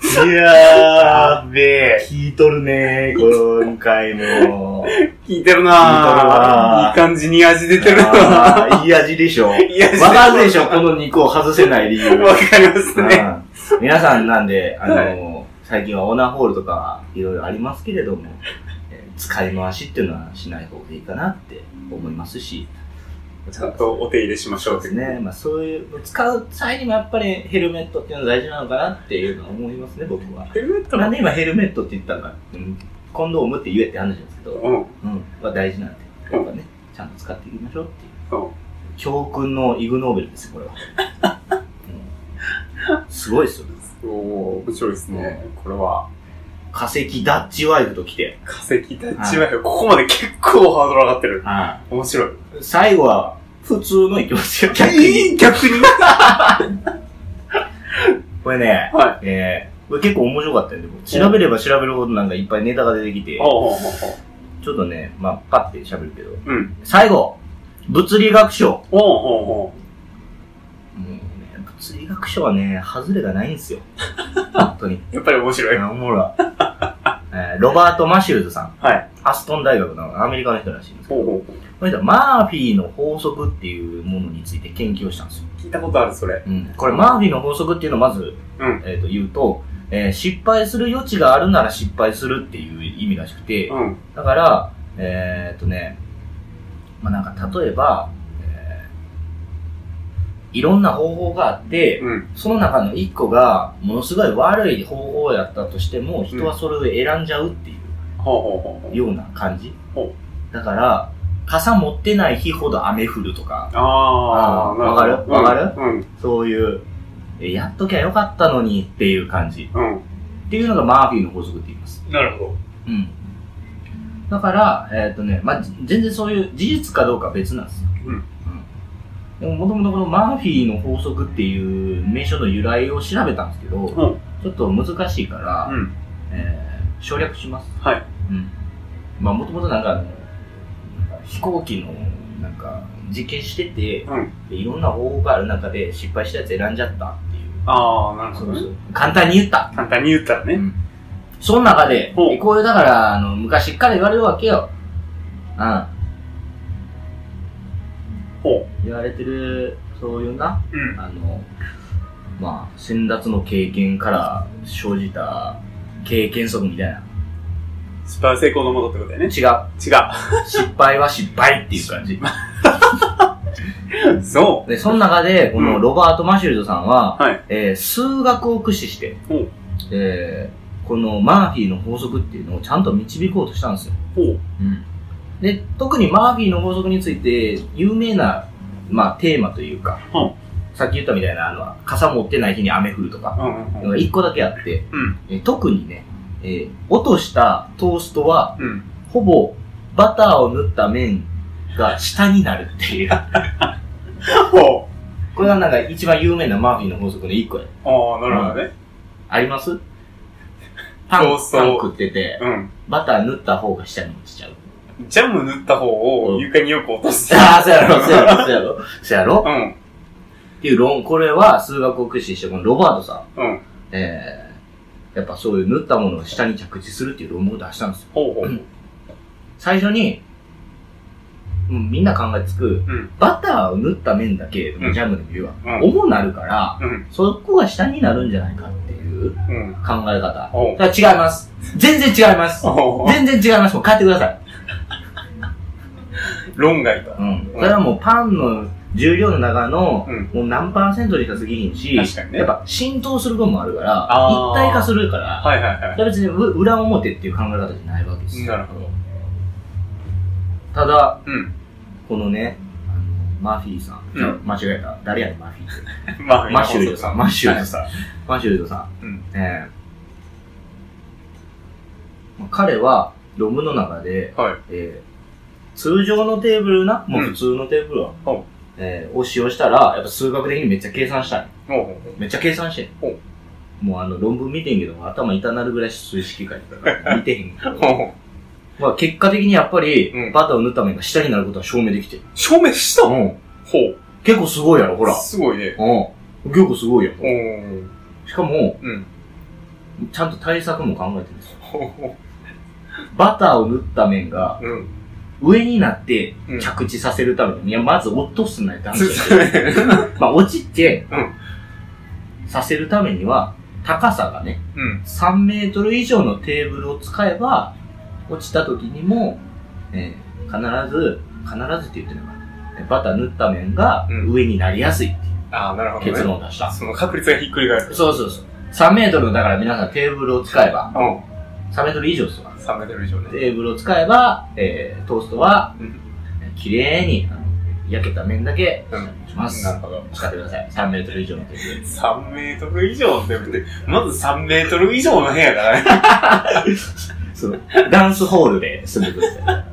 [SPEAKER 1] した。いやー、
[SPEAKER 2] べえ。
[SPEAKER 1] 聞いとるねー、今回 も。
[SPEAKER 2] 聞いてる
[SPEAKER 1] 聞いてる
[SPEAKER 2] な
[SPEAKER 1] な
[SPEAKER 2] ぁ。いい感じに味出てるなぁ。
[SPEAKER 1] あーいい味でし ょ。わ
[SPEAKER 2] いい味出てる
[SPEAKER 1] かるでしょ、この肉を外せない理由。
[SPEAKER 2] わかりますね。
[SPEAKER 1] うん皆さんなんで、あの、
[SPEAKER 2] は
[SPEAKER 1] 最近はオーナーホールとかいろいろありますけれども、えー使い回しっていうのはしない方がいいかなって思いますし、
[SPEAKER 2] ちゃんとお手入れしましょうって
[SPEAKER 1] ですね、まあそういう、使う際にもやっぱりヘルメットっていうのは大事なのかなっていうのは思いますね、僕は。
[SPEAKER 2] ヘルメット
[SPEAKER 1] な
[SPEAKER 2] も
[SPEAKER 1] んで今ヘルメットって言ったのか、うん、コンドームって言えって話なんですけど、
[SPEAKER 2] うん。
[SPEAKER 1] うん、は大事なんで、やっぱね、ちゃんと使っていきましょうっていう。
[SPEAKER 2] うん。
[SPEAKER 1] 教訓のイグノーベルですよ、これは。うんすごいですよ。
[SPEAKER 2] おー、面白いですね。これは、
[SPEAKER 1] 化石ダッチワイフと来て、
[SPEAKER 2] 化石たちは、ここまで結構ハードル上がってる。
[SPEAKER 1] は
[SPEAKER 2] 面白い。
[SPEAKER 1] い最後は普通の行きますよ、逆
[SPEAKER 2] え
[SPEAKER 1] に。
[SPEAKER 2] ー逆に
[SPEAKER 1] これね、
[SPEAKER 2] は
[SPEAKER 1] えーこれ結構面白かったよ、でも。調べれば調べるほどなんかいっぱいネタが出てきて、
[SPEAKER 2] ほうほうほうほう。
[SPEAKER 1] ちょっとね、まあ、パッて喋るけど。
[SPEAKER 2] うん。
[SPEAKER 1] 最後、物理学賞。も
[SPEAKER 2] ほうほうほ
[SPEAKER 1] うね、物理学賞はね、外れがないんですよ。本当に。
[SPEAKER 2] う。やっぱり面白い。
[SPEAKER 1] おもろい。えーロバート・マシューズさん。
[SPEAKER 2] はい。
[SPEAKER 1] アストン大学のアメリカの人らしいんですけ
[SPEAKER 2] ほう
[SPEAKER 1] ど、
[SPEAKER 2] ほうほう。
[SPEAKER 1] この人はマーフィーの法則っていうものについて研究をしたんですよ。
[SPEAKER 2] 聞いたことある、それ。
[SPEAKER 1] うん、これマーフィーの法則っていうのをまず、
[SPEAKER 2] うん
[SPEAKER 1] えーと言うと、えー失敗する余地があるなら失敗するっていう意味らしくて、
[SPEAKER 2] うん。
[SPEAKER 1] だから、えーっとね、まあ、なんか例えば、えーいろんな方法があって、
[SPEAKER 2] うん。
[SPEAKER 1] その中の一個がものすごい悪い方法やったとしても、人はそれを選んじゃうってい
[SPEAKER 2] ほうほうほう
[SPEAKER 1] うような感じ。
[SPEAKER 2] ほ
[SPEAKER 1] だから、傘持ってない日ほど雨降るとか、
[SPEAKER 2] あ
[SPEAKER 1] あー
[SPEAKER 2] ー、なるほど
[SPEAKER 1] わかるわ
[SPEAKER 2] うん。
[SPEAKER 1] そういう、えやっときゃよかったのにっていう感じ。
[SPEAKER 2] うん。
[SPEAKER 1] っていうのがマーフィーの法則って言います。
[SPEAKER 2] うんなるほ
[SPEAKER 1] うん。だから、えっ、とね、まあ、じ全然そういう事実かどうかは別なんですよ。
[SPEAKER 2] うん
[SPEAKER 1] でも、もともとこのマーフィーの法則っていう名称の由来を調べたんですけど、
[SPEAKER 2] ん
[SPEAKER 1] ちょっと難しいから、
[SPEAKER 2] うん。
[SPEAKER 1] えー省略します。
[SPEAKER 2] はい。
[SPEAKER 1] うん。まあ、もともとなんかあの、なんか飛行機の、なんか、実験してて、
[SPEAKER 2] うん
[SPEAKER 1] でいろんな方法がある中で失敗したやつ選んじゃったっていう。
[SPEAKER 2] あー、なる
[SPEAKER 1] そ
[SPEAKER 2] ほ
[SPEAKER 1] う
[SPEAKER 2] ど
[SPEAKER 1] そう
[SPEAKER 2] ね。
[SPEAKER 1] 簡単に言った。
[SPEAKER 2] 簡単に言ったらね。
[SPEAKER 1] その中で、
[SPEAKER 2] ほう
[SPEAKER 1] こういう、だから、あの、昔っから言われるわけよ。うん。
[SPEAKER 2] ほ
[SPEAKER 1] 言われてる、そういうな、
[SPEAKER 2] う。うん。
[SPEAKER 1] あの、まあ、先達の経験から生じた経験則みたいな。
[SPEAKER 2] 失敗は成功のものってことだよね。
[SPEAKER 1] 違う。
[SPEAKER 2] 違
[SPEAKER 1] 失敗は失敗っていう感じ。
[SPEAKER 2] う。 そ
[SPEAKER 1] で、その中で、こ
[SPEAKER 2] う
[SPEAKER 1] の
[SPEAKER 2] ん
[SPEAKER 1] ロバート・マシュルドさんは、
[SPEAKER 2] はい
[SPEAKER 1] えー数学を駆使して
[SPEAKER 2] ほう、
[SPEAKER 1] えーこのマーフィーの法則っていうのをちゃんと導こうとしたんですよ。
[SPEAKER 2] う。ほう。
[SPEAKER 1] で、特にマーフィーの法則について、有名な、まあ、テーマというか、
[SPEAKER 2] うん
[SPEAKER 1] さっき言ったみたいな、あの、傘持ってない日に雨降るとか、
[SPEAKER 2] うんうんうん。
[SPEAKER 1] 一個だけあって、
[SPEAKER 2] うん。
[SPEAKER 1] えー特にね、えー落としたトーストは、
[SPEAKER 2] うん。
[SPEAKER 1] ほぼバターを塗った面が下になるっていう。
[SPEAKER 2] ほう。
[SPEAKER 1] これがなんか一番有名なマーフィーの法則の一個や。
[SPEAKER 2] あー、なるほどね。
[SPEAKER 1] ありますパン、
[SPEAKER 2] そうそう
[SPEAKER 1] パン食ってて、
[SPEAKER 2] う
[SPEAKER 1] バター塗った方が下に落ちちゃう。
[SPEAKER 2] ん。ジャム塗った方
[SPEAKER 1] うん
[SPEAKER 2] を床によく落と す。
[SPEAKER 1] ああ、そうやろ、そうやろ、そうやろ。 そうやろ
[SPEAKER 2] うん。
[SPEAKER 1] っていう論、これは数学を駆使して、このロバートさん、
[SPEAKER 2] うん。
[SPEAKER 1] えー、やっぱそういう塗ったものを下に着地するっていう論文を出したんですよ。
[SPEAKER 2] ほうほう。
[SPEAKER 1] 最初に、もうみんな考えつく、
[SPEAKER 2] うん
[SPEAKER 1] バターを塗った面だけ、ジ
[SPEAKER 2] うん
[SPEAKER 1] ャムでも言うわ、
[SPEAKER 2] うん
[SPEAKER 1] 重なるから、
[SPEAKER 2] うん。
[SPEAKER 1] そこが下になるんじゃないかっていう考
[SPEAKER 2] うん。
[SPEAKER 1] え方。
[SPEAKER 2] ほう。
[SPEAKER 1] だから違います。全然違います。
[SPEAKER 2] ほ
[SPEAKER 1] 全然違います。もう帰ってください。
[SPEAKER 2] う。論外と。
[SPEAKER 1] うん。それはもうパンの重量の中の、
[SPEAKER 2] うん
[SPEAKER 1] もう何パーセントにか過ぎひんし、
[SPEAKER 2] 確かにね
[SPEAKER 1] やっぱ浸透する部分もあるから、
[SPEAKER 2] あ
[SPEAKER 1] 一
[SPEAKER 2] ー
[SPEAKER 1] 体化するから、
[SPEAKER 2] はいはいは
[SPEAKER 1] それは別にう裏表っていう考え方じゃないわけです
[SPEAKER 2] い。
[SPEAKER 1] よ。
[SPEAKER 2] なるほど。
[SPEAKER 1] ただ、
[SPEAKER 2] うん。
[SPEAKER 1] このね、あのマーフィーさん、
[SPEAKER 2] うん
[SPEAKER 1] じゃあ間違えた。誰やねん、マーフィーって。
[SPEAKER 2] まあ、
[SPEAKER 1] マシュルドさん、マシュルドさん、マシュルドさん。
[SPEAKER 2] うん
[SPEAKER 1] ええまあ彼は、ロムの中で、
[SPEAKER 2] ん。はい。
[SPEAKER 1] えー通常のテーブルな、もう普通のテーブルは、
[SPEAKER 2] うん
[SPEAKER 1] えーを使用したら、やっぱ数学的にめっちゃ計算したい。
[SPEAKER 2] ほうほうほう。
[SPEAKER 1] めっちゃ計算してん。
[SPEAKER 2] うん
[SPEAKER 1] もうあの論文見てんけど、頭痛なるぐらい数式書いてた から、見てへんけど。
[SPEAKER 2] ほうほう
[SPEAKER 1] まあ結果的にやっぱり
[SPEAKER 2] うん、
[SPEAKER 1] バターを塗った面が下になることは証明できてる。
[SPEAKER 2] 証明したほ
[SPEAKER 1] うん
[SPEAKER 2] う。
[SPEAKER 1] 結構すごいやろ、ほら。
[SPEAKER 2] すごいね。
[SPEAKER 1] うん。結構すごいや
[SPEAKER 2] お
[SPEAKER 1] ろ。
[SPEAKER 2] ー。
[SPEAKER 1] しかも、
[SPEAKER 2] うん。
[SPEAKER 1] ちゃんと対策も考えてるんですよ。
[SPEAKER 2] ほうほ
[SPEAKER 1] バターを塗った面が
[SPEAKER 2] う。うん。
[SPEAKER 1] 上になって
[SPEAKER 2] うん
[SPEAKER 1] 着地させるために、いや、まず落とすなよって話
[SPEAKER 2] つ
[SPEAKER 1] だよまあ、落ちて、
[SPEAKER 2] うん
[SPEAKER 1] させるためには、高さがね、
[SPEAKER 2] うん。
[SPEAKER 1] 3メートル以上のテーブルを使えば、落ちた時にも、えー必ず、必ずって言ってるのかなえバター塗った面が
[SPEAKER 2] うん
[SPEAKER 1] 上になりやすいっていう
[SPEAKER 2] ああ、なるほど。
[SPEAKER 1] 結。論を出した。
[SPEAKER 2] その確率がひっくり返る。
[SPEAKER 1] そうそうそう。3メートルの、だから皆さんテーブルを使えば、
[SPEAKER 2] う
[SPEAKER 1] 3メートル以上ですわ。
[SPEAKER 2] ん。3メートル以上ね。
[SPEAKER 1] テーブルを使えば、えートーストは
[SPEAKER 2] うん、
[SPEAKER 1] 綺麗に、あの焼けた面だけ、
[SPEAKER 2] うん。
[SPEAKER 1] します
[SPEAKER 2] なるほど。
[SPEAKER 1] 使ってください。3メートル以上のテーブル。
[SPEAKER 2] 3メートル以上って言って、まず3メートル以上の部屋だね。
[SPEAKER 1] そのダンスホールで住んでください。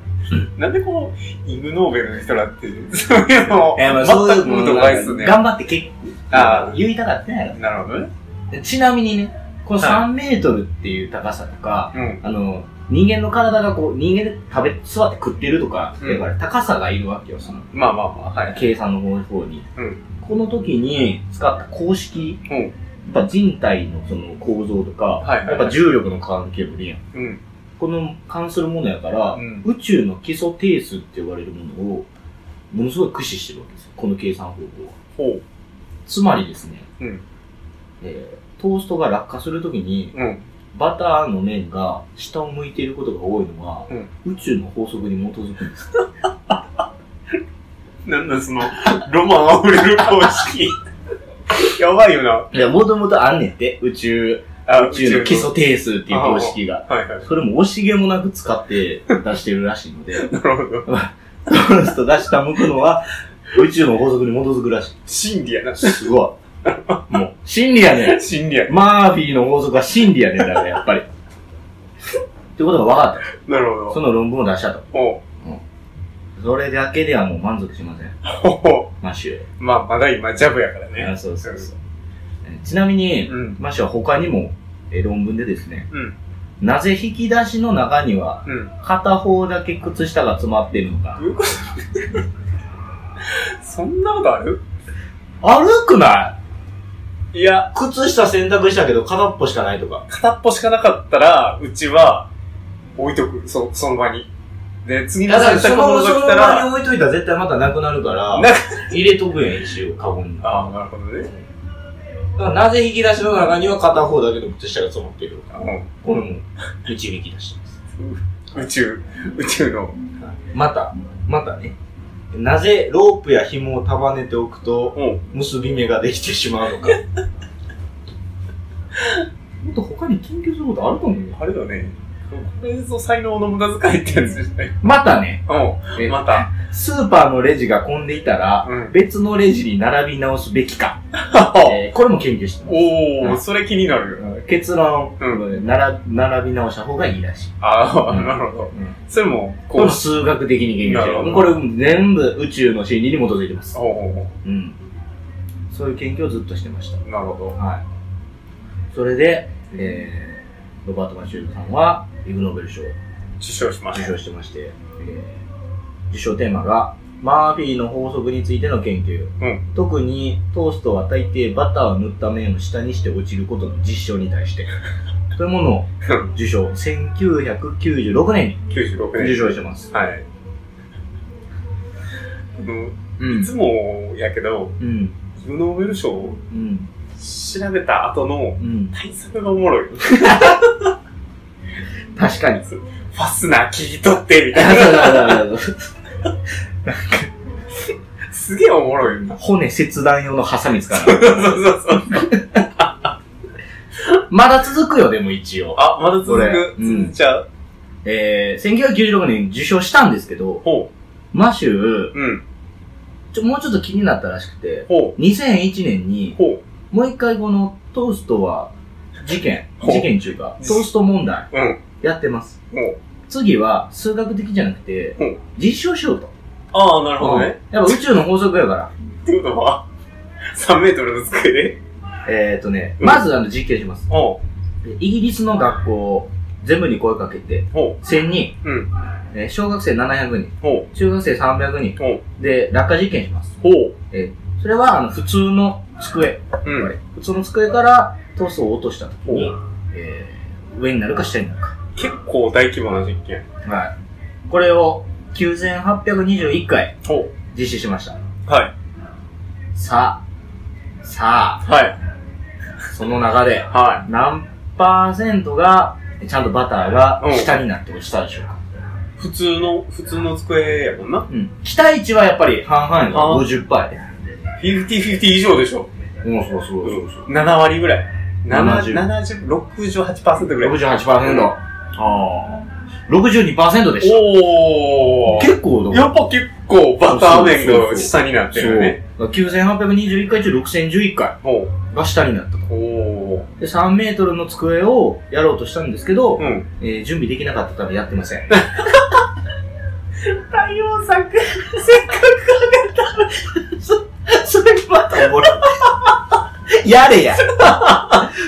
[SPEAKER 2] なんでこの、イグノーベルの人らって、そういうのを、
[SPEAKER 1] えーまあそう いう
[SPEAKER 2] 全く無とかですね。
[SPEAKER 1] 頑張って結構
[SPEAKER 2] あ
[SPEAKER 1] 言いたかったんや
[SPEAKER 2] なるほどね。
[SPEAKER 1] ろ。ちなみにね、この3メートルっていう高さとか、
[SPEAKER 2] うん。
[SPEAKER 1] あの、人間の体がこう、人間で食べ、座って食ってるとか、
[SPEAKER 2] うん
[SPEAKER 1] だから高さがいるわけよ、その、
[SPEAKER 2] まあまあまあ、はい。
[SPEAKER 1] 計算の方に。
[SPEAKER 2] うん
[SPEAKER 1] この時に使った公式、
[SPEAKER 2] うん
[SPEAKER 1] やっぱ人体のその構造とか、
[SPEAKER 2] はいはいはい
[SPEAKER 1] やっぱ重力の関係もね、
[SPEAKER 2] うん。
[SPEAKER 1] この関するものやから、
[SPEAKER 2] うん
[SPEAKER 1] 宇宙の基礎定数って言われるものを、ものすごい駆使してるわけですよ、この計算方法は。
[SPEAKER 2] ほ
[SPEAKER 1] つまりですね、
[SPEAKER 2] うん
[SPEAKER 1] えートーストが落下するときに、
[SPEAKER 2] う。うん。
[SPEAKER 1] バターの面が下を向いていることが多いのは、宇宙の法則に基づくんです。
[SPEAKER 2] なんなんその、ロマン溢れる公式。やばいよな。
[SPEAKER 1] いや、もともとあんねんって、宇宙、
[SPEAKER 2] あ
[SPEAKER 1] 宇宙の基礎定数っていう公式が。
[SPEAKER 2] はいはい。
[SPEAKER 1] それも惜しげもなく使って出してるらしいので、
[SPEAKER 2] なるほど。
[SPEAKER 1] トースト出下向くのは、宇宙の法則に基づくらし
[SPEAKER 2] 真理や な。
[SPEAKER 1] い。すごい。もう、真理やねん。
[SPEAKER 2] 真理や。
[SPEAKER 1] マーフィーの法則は真理やねんだから、やっぱり。ってことが分かっ
[SPEAKER 2] なる
[SPEAKER 1] た。
[SPEAKER 2] ほ
[SPEAKER 1] そ
[SPEAKER 2] ど。
[SPEAKER 1] の論文を出したと。
[SPEAKER 2] ほ
[SPEAKER 1] それだけではもう満足しません。
[SPEAKER 2] う。ほうほ
[SPEAKER 1] マシュ
[SPEAKER 2] う。まあ、まだ今、ジャブやからね。
[SPEAKER 1] あそうそうそう。えちなみに、
[SPEAKER 2] うん。
[SPEAKER 1] マシュは他にもえ論文でですね、
[SPEAKER 2] うん。
[SPEAKER 1] なぜ引き出しの中には
[SPEAKER 2] うん。
[SPEAKER 1] 片方だけ靴下が詰まっているのか
[SPEAKER 2] ど。ういうことそんなことある
[SPEAKER 1] あるくない
[SPEAKER 2] いや、
[SPEAKER 1] 靴下洗濯したけど片っぽしかないとか。
[SPEAKER 2] 片っぽしかなかったら、うちは、置いとく。そ、その場に。で、次の
[SPEAKER 1] だか
[SPEAKER 2] 洗
[SPEAKER 1] らそ
[SPEAKER 2] 濯
[SPEAKER 1] の
[SPEAKER 2] 物が
[SPEAKER 1] そ
[SPEAKER 2] 来
[SPEAKER 1] の
[SPEAKER 2] た
[SPEAKER 1] 場に
[SPEAKER 2] ら、
[SPEAKER 1] 置いといたら絶対またなくなるから
[SPEAKER 2] な、
[SPEAKER 1] 入れとくやん、一応、カゴに。
[SPEAKER 2] ああ、なるほどね。
[SPEAKER 1] だからなぜ引き出しの中には片方だけの靴下が詰まっているのか。
[SPEAKER 2] う
[SPEAKER 1] これも導き出してます。
[SPEAKER 2] ん宇宙、宇宙の。
[SPEAKER 1] また、またね。なぜロープや紐を束ねておくと
[SPEAKER 2] うん。
[SPEAKER 1] 結び目ができてしまうのか。 もっと他に研究することあると思うよ。
[SPEAKER 2] あれだね。これぞ才能の無駄遣いってやつじゃない
[SPEAKER 1] またね、
[SPEAKER 2] う
[SPEAKER 1] え
[SPEAKER 2] ん。また。
[SPEAKER 1] スーパーのレジが混んでいたら、
[SPEAKER 2] うん。
[SPEAKER 1] 別のレジに並び直すべきか。えーこれも研究してます。
[SPEAKER 2] おー、それ気になるよ。
[SPEAKER 1] 結論、
[SPEAKER 2] う
[SPEAKER 1] なら並び直した方がいいらしい。
[SPEAKER 2] ああ、なるほど。それも、
[SPEAKER 1] こ
[SPEAKER 2] こ
[SPEAKER 1] れ
[SPEAKER 2] う、
[SPEAKER 1] 数学的に研究して
[SPEAKER 2] なるほ
[SPEAKER 1] る。
[SPEAKER 2] ど
[SPEAKER 1] これ全部宇宙の心理に基づいてます。
[SPEAKER 2] お
[SPEAKER 1] うん。そういう研究をずっとしてまし
[SPEAKER 2] ー、なるほ
[SPEAKER 1] た。
[SPEAKER 2] ど。
[SPEAKER 1] はい。それで、えー、ロバート・マシュールさんは、イグ・ノーベル賞を
[SPEAKER 2] 受賞しま
[SPEAKER 1] 受
[SPEAKER 2] した。
[SPEAKER 1] 賞してまして、えー受賞テーマが、マーフィーの法則についての研究。
[SPEAKER 2] うん
[SPEAKER 1] 特に、トーストは大抵バターを塗った面を下にして落ちることの実証に対 して、というものを受賞、1996年に
[SPEAKER 2] 96年。
[SPEAKER 1] 受賞してます。
[SPEAKER 2] はい。あの、
[SPEAKER 1] うん
[SPEAKER 2] いつもやけど、
[SPEAKER 1] うん。
[SPEAKER 2] イグノーベル賞を
[SPEAKER 1] うん。
[SPEAKER 2] 調べた後の
[SPEAKER 1] うん。
[SPEAKER 2] 対策がおもろい。フ
[SPEAKER 1] 確 かに。
[SPEAKER 2] ァスナー切り取って、み
[SPEAKER 1] そう
[SPEAKER 2] たい
[SPEAKER 1] そうそうそう
[SPEAKER 2] な。すげえおもろいよな。
[SPEAKER 1] 骨切断用のハサミ使
[SPEAKER 2] そう
[SPEAKER 1] う
[SPEAKER 2] そうそうそう。
[SPEAKER 1] の。まだ続くよ、でも一応。
[SPEAKER 2] あ、まだ
[SPEAKER 1] こ
[SPEAKER 2] 続
[SPEAKER 1] れ
[SPEAKER 2] く。
[SPEAKER 1] うん
[SPEAKER 2] 続いちゃう。
[SPEAKER 1] えー、1996年受賞したんですけど、
[SPEAKER 2] ほ
[SPEAKER 1] マシュー、
[SPEAKER 2] う。うん。
[SPEAKER 1] ちょ、もうちょっと気になったらしくて、
[SPEAKER 2] ほ
[SPEAKER 1] 2001年
[SPEAKER 2] う。
[SPEAKER 1] に、
[SPEAKER 2] ほ
[SPEAKER 1] もう一回このトーストは、事件、
[SPEAKER 2] ほう
[SPEAKER 1] 事件中か、トースト問題、
[SPEAKER 2] う。うん。
[SPEAKER 1] やってます。
[SPEAKER 2] ほう。
[SPEAKER 1] 次は、数学的じゃなく
[SPEAKER 2] ほ
[SPEAKER 1] て
[SPEAKER 2] う、
[SPEAKER 1] 実証しようと。
[SPEAKER 2] ああ、なるほどね。
[SPEAKER 1] うんやっぱ宇宙の法則やから。
[SPEAKER 2] ってことは、3メートルの机で。
[SPEAKER 1] えーとね、
[SPEAKER 2] うん
[SPEAKER 1] まずあの実験します。
[SPEAKER 2] おう。
[SPEAKER 1] でイギリスの学校、全部に声かけて、
[SPEAKER 2] ほ
[SPEAKER 1] 1000人、
[SPEAKER 2] う。うん。
[SPEAKER 1] えー小学生700人、
[SPEAKER 2] ほ
[SPEAKER 1] 中学生300人
[SPEAKER 2] う。ほう。
[SPEAKER 1] で落下実験します。
[SPEAKER 2] ほう。
[SPEAKER 1] えーそれはあの普通の机、
[SPEAKER 2] うん。
[SPEAKER 1] これ普通の机からトーストを落とした時
[SPEAKER 2] ほ
[SPEAKER 1] に
[SPEAKER 2] う、
[SPEAKER 1] えー上になるか下になるか。
[SPEAKER 2] 結構大規模な実験。
[SPEAKER 1] はい。これを9821回
[SPEAKER 2] ほう。
[SPEAKER 1] 実施しました。
[SPEAKER 2] はい。
[SPEAKER 1] さあ、さ
[SPEAKER 2] はい。
[SPEAKER 1] あ、その中で
[SPEAKER 2] は
[SPEAKER 1] 何パーセントがちゃんとバターが
[SPEAKER 2] うん
[SPEAKER 1] 下になって落ちたでしょうか。
[SPEAKER 2] い。普通の、普通の机やもんな。
[SPEAKER 1] うん。期待値はやっぱり半々やから
[SPEAKER 2] あー
[SPEAKER 1] 50%パーや
[SPEAKER 2] 50-50以上でしょ。
[SPEAKER 1] で。うん、そうそうそうそう。
[SPEAKER 2] 7割ぐらい。
[SPEAKER 1] 70
[SPEAKER 2] 70、70 68%ぐらい。
[SPEAKER 1] 68%。ああ。62%でした。
[SPEAKER 2] おー。
[SPEAKER 1] 結構だ
[SPEAKER 2] やっぱ結構バター麺が下になって
[SPEAKER 1] そう
[SPEAKER 2] るね。。
[SPEAKER 1] 9821回中6011回
[SPEAKER 2] ほう。
[SPEAKER 1] が下になったと。
[SPEAKER 2] おー。
[SPEAKER 1] で、3メートルの机をやろうとしたんですけど、
[SPEAKER 2] うん。
[SPEAKER 1] えー準備できなかったためやってません。
[SPEAKER 2] 対応策。
[SPEAKER 1] それまたおもろい。やれや。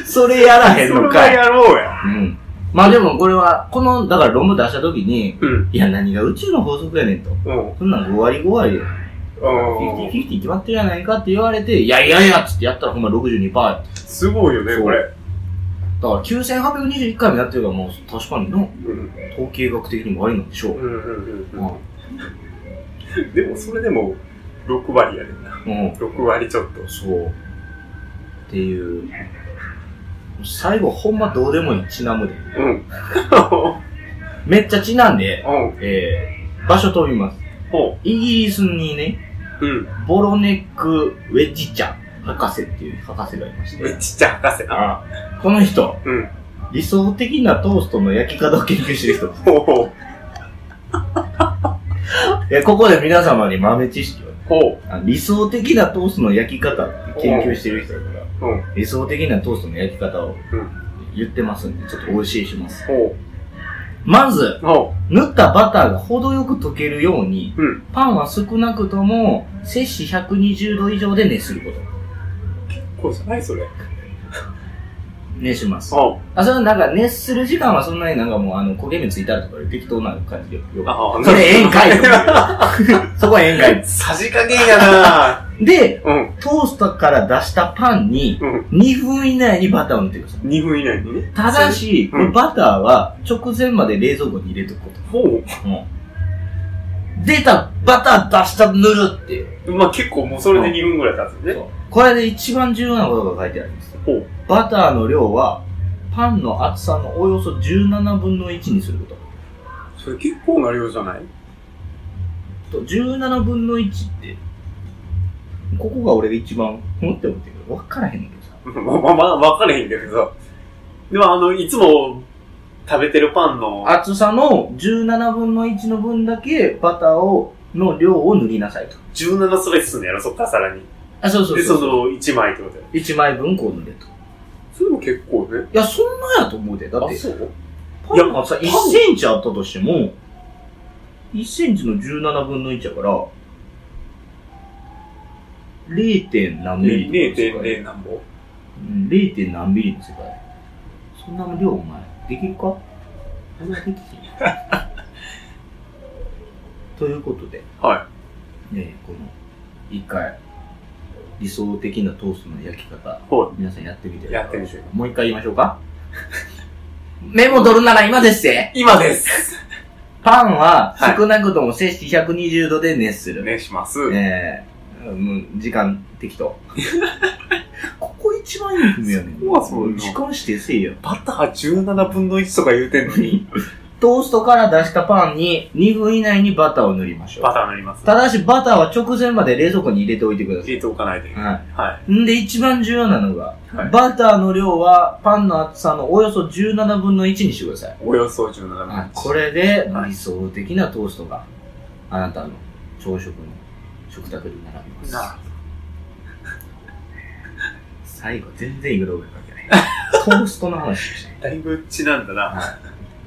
[SPEAKER 1] それやらへん
[SPEAKER 2] それ
[SPEAKER 1] の
[SPEAKER 2] は
[SPEAKER 1] かい。
[SPEAKER 2] やろうや。
[SPEAKER 1] うん。まあでもこれは、この、だから論文出した時に、
[SPEAKER 2] うん。
[SPEAKER 1] いや、何が宇宙の法則やねんと。
[SPEAKER 2] うん。
[SPEAKER 1] そんなん5割5割で、
[SPEAKER 2] うん。
[SPEAKER 1] 50-50決まってるやないかって言われて、いやいやいやっつってやったらほんま62%やった。
[SPEAKER 2] すごいよね、これ。
[SPEAKER 1] だから9821回もやってるからもう確かにの
[SPEAKER 2] うん。
[SPEAKER 1] 統計学的にもありなんでしょ
[SPEAKER 2] う
[SPEAKER 1] う。
[SPEAKER 2] んう
[SPEAKER 1] う。
[SPEAKER 2] んうんんうん。でも、それでも、6割やねんな。
[SPEAKER 1] うん。
[SPEAKER 2] 6割ちょっと。
[SPEAKER 1] そう。っていう。最後ほんまどうでもいい、ちなむで。
[SPEAKER 2] うん。
[SPEAKER 1] めっちゃちなんで、
[SPEAKER 2] うん。
[SPEAKER 1] えー、場所飛びます。
[SPEAKER 2] ほ
[SPEAKER 1] イギリスにね、
[SPEAKER 2] う。うん。
[SPEAKER 1] ボロネック・ウェッジちゃん博士っていう博士がいまし、
[SPEAKER 2] めってちゃ博士な。
[SPEAKER 1] あこの人、
[SPEAKER 2] うん。
[SPEAKER 1] 理想的なトーストの焼き方を研究してる人です。
[SPEAKER 2] ほうほう。
[SPEAKER 1] えここで皆様に豆知識をね
[SPEAKER 2] ほう。
[SPEAKER 1] あ理想的なトーストの焼き方研究してる人だから、
[SPEAKER 2] うん。
[SPEAKER 1] 理想的なトーストの焼き方を
[SPEAKER 2] うん。
[SPEAKER 1] 言ってますんで、ちょっと美味しいします。
[SPEAKER 2] ほ
[SPEAKER 1] まず、
[SPEAKER 2] う。ほ
[SPEAKER 1] 塗ったバターが程よく溶けるように、
[SPEAKER 2] う。うん。
[SPEAKER 1] パンは少なくとも摂氏120度以上で熱すること。
[SPEAKER 2] こうじゃないそれ。
[SPEAKER 1] 熱します。
[SPEAKER 2] ほ
[SPEAKER 1] あ、そのなんか熱する時間はそんなになんかもうあの焦げ目ついたらとかいう適当な感じでよ
[SPEAKER 2] う。あ
[SPEAKER 1] それええん かいと思うそこはええんかい。
[SPEAKER 2] さじ加減やな
[SPEAKER 1] で、
[SPEAKER 2] うん。
[SPEAKER 1] トーストから出したパンに
[SPEAKER 2] うん。
[SPEAKER 1] 2分以内にバターを塗ってください。
[SPEAKER 2] 2分以内にね。
[SPEAKER 1] ただし、こ
[SPEAKER 2] うん
[SPEAKER 1] のバターは直前まで冷蔵庫に入れておくこと。
[SPEAKER 2] ほう。
[SPEAKER 1] 出たバター出した塗るっていう。
[SPEAKER 2] まあ結構もうそれで2分ぐらい経つね。
[SPEAKER 1] これで一番重要なことが書いてあります。
[SPEAKER 2] ほう。
[SPEAKER 1] バターの量は、パンの厚さのおよそ17分の1にすること。
[SPEAKER 2] それ結構な量じゃない
[SPEAKER 1] と17分の1って、ここが俺が一番、うんって思ってるけど、分からへんのけどさ。
[SPEAKER 2] まあまあまあ、わかれへんけどさ。でもあの、いつも食べてるパンの、
[SPEAKER 1] 厚さの17分の1の分だけ、バターを、の量を塗りなさいと。
[SPEAKER 2] 17スライスすんのやろ、そっからさらに。
[SPEAKER 1] あ、そうそう
[SPEAKER 2] で、
[SPEAKER 1] そ
[SPEAKER 2] そう
[SPEAKER 1] そう。
[SPEAKER 2] の1枚ってことや。
[SPEAKER 1] 1枚分こう塗れと。い
[SPEAKER 2] それも結構ね。
[SPEAKER 1] や、そんなやと思うで。だって、
[SPEAKER 2] う
[SPEAKER 1] パンがさ、
[SPEAKER 2] い
[SPEAKER 1] 1
[SPEAKER 2] や
[SPEAKER 1] センチあったとしても、1センチの17分の1やから、0. 何ミリとかですかね
[SPEAKER 2] ?0.0 何本
[SPEAKER 1] うん、0. 点何ミリの世界。そんな量お前、できるか俺はできひん。ということで、
[SPEAKER 2] は
[SPEAKER 1] ね、この、一回、理想的なトーストの焼き方、
[SPEAKER 2] い。は
[SPEAKER 1] 皆さんやってみて
[SPEAKER 2] い。やってみましょう。
[SPEAKER 1] もう一回言いましょうか メモ取るなら今ですって
[SPEAKER 2] 今です。
[SPEAKER 1] パンは少なくとも摂氏120度で熱す
[SPEAKER 2] お
[SPEAKER 1] る。
[SPEAKER 2] 願いします。
[SPEAKER 1] ええもう時間適当。 ここ一番いい不明やねん。
[SPEAKER 2] そこはそうよ
[SPEAKER 1] 時間指定せえよ。
[SPEAKER 2] バター17分の1とか言うてんの に、
[SPEAKER 1] トーストから出したパンに2分以内にバターを塗りましょ
[SPEAKER 2] バ
[SPEAKER 1] う。
[SPEAKER 2] ターになります。
[SPEAKER 1] ただしバターは直前まで冷蔵庫に入れておいてくださ
[SPEAKER 2] 入れておかないといけない。
[SPEAKER 1] い。
[SPEAKER 2] は
[SPEAKER 1] はい。んで一番重要なのが、
[SPEAKER 2] はい
[SPEAKER 1] バターの量はパンの厚さのおよそ17分の1にしてください。
[SPEAKER 2] い。およそ17分の1。
[SPEAKER 1] これで
[SPEAKER 2] はい
[SPEAKER 1] 理想的なトーストがあなたの朝食の食卓に並びます。
[SPEAKER 2] な
[SPEAKER 1] 最後全然イグローブル関係ない。 トーストの話をしてる。
[SPEAKER 2] だいぶちなんだな。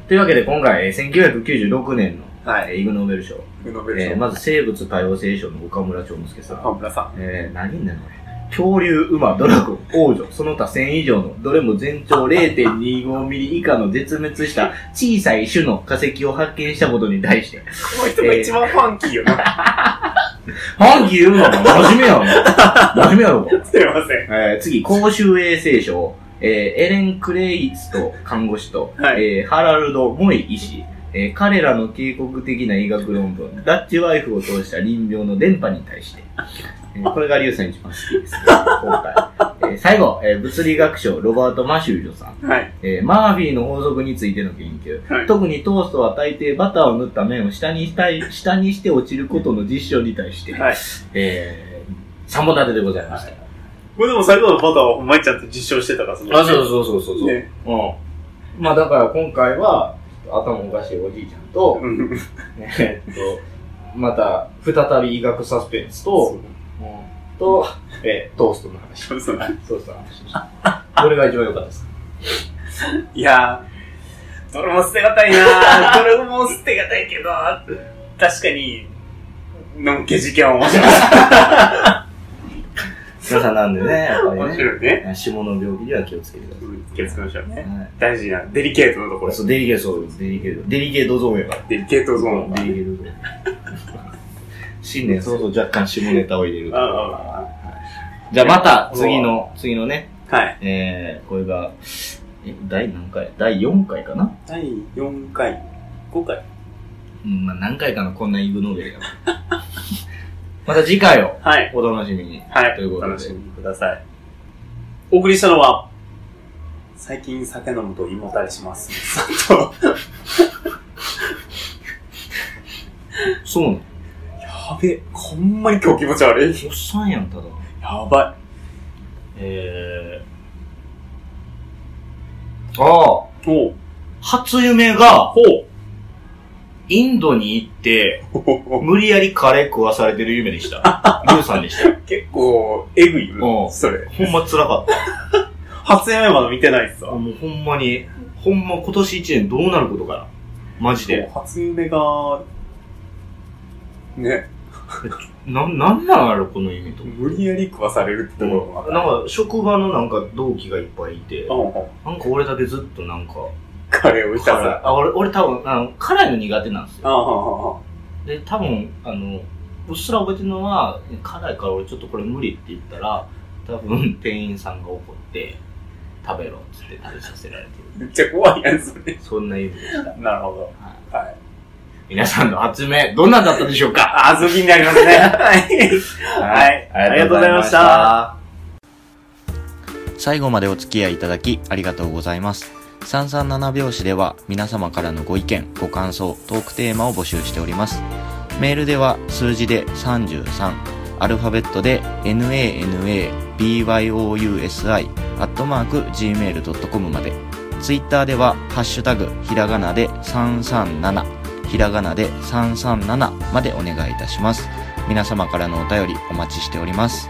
[SPEAKER 1] というわけで今回、えー1996年の、
[SPEAKER 2] は
[SPEAKER 1] え
[SPEAKER 2] い。
[SPEAKER 1] ーイグノーベル賞、
[SPEAKER 2] グノ
[SPEAKER 1] え
[SPEAKER 2] ベル
[SPEAKER 1] ー
[SPEAKER 2] 賞。
[SPEAKER 1] まず生物多様性賞の岡村長之介さん、
[SPEAKER 2] 岡村さん。
[SPEAKER 1] えー、何人なのこれ恐竜、馬、ドラゴン、王女、その他1000以上の、どれも全 長0.25ミリ以下の絶滅した小さい種の化石を発見したことに対して、
[SPEAKER 2] この人が一番ファンキーよな。
[SPEAKER 1] 本気言うのか真面目やろな。真面目やろか。
[SPEAKER 2] すいません。
[SPEAKER 1] えー次、公衆衛生省、えーエレン・クレイツと看護師と、
[SPEAKER 2] はい
[SPEAKER 1] えーハラルド・モイ医師、えー彼らの警告的な医学論文、ダッチワイフを通した臨病の伝播に対して、えーこれがリュウさん一番好きです、ね、今回。えー最後、えー物理学賞、ロバート・マシュージョさん、
[SPEAKER 2] はい。
[SPEAKER 1] えーマーフィーの法則についての研究、
[SPEAKER 2] はい
[SPEAKER 1] 特にトーストは大抵バターを塗った面を下にしたい下にして落ちることの実証に対して、
[SPEAKER 2] はい。
[SPEAKER 1] えー、三本立てでございました。
[SPEAKER 2] これでも最後のバターはほんまにちゃんと実証してたから、その。
[SPEAKER 1] あ、そうそうそうそうそう。
[SPEAKER 2] ね。
[SPEAKER 1] うん。まあだから今回は、頭おかしいおじいちゃんと、
[SPEAKER 2] うん。
[SPEAKER 1] えっと、また、再び医学サスペンスと、うんと、えートーストの話。
[SPEAKER 2] そうそう。
[SPEAKER 1] トーストの話でした。どれが一番良かったですか
[SPEAKER 2] いやー、どれも捨てがたいな ー。どれも捨てがたいけど、確かに、のんけ事件は面白い。
[SPEAKER 1] 皆さんなんでね、やっぱ
[SPEAKER 2] 面
[SPEAKER 1] りね。
[SPEAKER 2] 白いね。
[SPEAKER 1] 下の病気には気をつけてくださ
[SPEAKER 2] うん、気をつけましょう
[SPEAKER 1] い。
[SPEAKER 2] ね。
[SPEAKER 1] はい
[SPEAKER 2] 大事な、デリケートなところ。
[SPEAKER 1] そう、デリケートそうです、デリケート。デリケートゾーンやから。
[SPEAKER 2] デリケートゾーン
[SPEAKER 1] デリケートゾーン。新年そうそう若干下ネタを入れる
[SPEAKER 2] あ。ああ
[SPEAKER 1] じゃあまた次の、次のね、
[SPEAKER 2] あはい。
[SPEAKER 1] えー、これが、え、第何回第4回かな
[SPEAKER 2] 第4回、5回。
[SPEAKER 1] うん、まあ何回かのこんなイグノーベルや なまた次回を
[SPEAKER 2] はい。
[SPEAKER 1] お楽しみに。
[SPEAKER 2] はい。
[SPEAKER 1] というこ
[SPEAKER 2] お
[SPEAKER 1] とで
[SPEAKER 2] 楽しみください。お送りしたのは、最近酒飲むと胃もたれし ます。さんと、
[SPEAKER 1] そうなの
[SPEAKER 2] やべえ、ほんまに今日気持ち悪い。
[SPEAKER 1] おっさんやん、ただ。
[SPEAKER 2] やば
[SPEAKER 1] えー。ああ、
[SPEAKER 2] い。おう。
[SPEAKER 1] 初夢が
[SPEAKER 2] ほ
[SPEAKER 1] インドに行って、
[SPEAKER 2] う。
[SPEAKER 1] 無理やりカレー食わされてる夢で した。リュウさんでした。
[SPEAKER 2] 結構、えぐい
[SPEAKER 1] お
[SPEAKER 2] よ
[SPEAKER 1] う
[SPEAKER 2] ね。それ。
[SPEAKER 1] ほんま辛かっ
[SPEAKER 2] 初夢まだ見てないっす
[SPEAKER 1] た。
[SPEAKER 2] わ。
[SPEAKER 1] もうほんまに、ほんま今年一年どうなることかな。マジで。
[SPEAKER 2] 初夢が、ね、
[SPEAKER 1] な、なんなんやろ、この夢と。
[SPEAKER 2] 無理やり食わされるってところもあった。
[SPEAKER 1] なんか、職場のなんか同期がいっぱいいて、
[SPEAKER 2] うんうん
[SPEAKER 1] なんか俺だけずっとなんか、
[SPEAKER 2] カレーをひたすら。
[SPEAKER 1] あ俺俺多分あの、辛いの苦手なんですよ。
[SPEAKER 2] ああ、あ
[SPEAKER 1] で、多分、あの、うっすら覚えてるのは、辛いから俺ちょっとこれ無理って言ったら、多 分店員さんが怒って、食べろっつって食べさせられて
[SPEAKER 2] あめっちゃ怖いやつね。
[SPEAKER 1] る。そんな夢でした。
[SPEAKER 2] なるほど。はい。
[SPEAKER 1] 皆さんの発明、どんなんだったでしょうか
[SPEAKER 2] あ、遊びになりますね。はい。はいありがとうございました
[SPEAKER 3] 最後までお付き合いいただきありがとうございます。337拍子では皆様からのご意見、ご感想、トークテーマを募集しております。メールでは数字で33、アルファベットで nanabyousi、アットマーク gmail.com まで。ツイッターではハッシュタグ、ひらがなで337、ひらがなで337までお願いいたします。皆様からのお便りお待ちしております。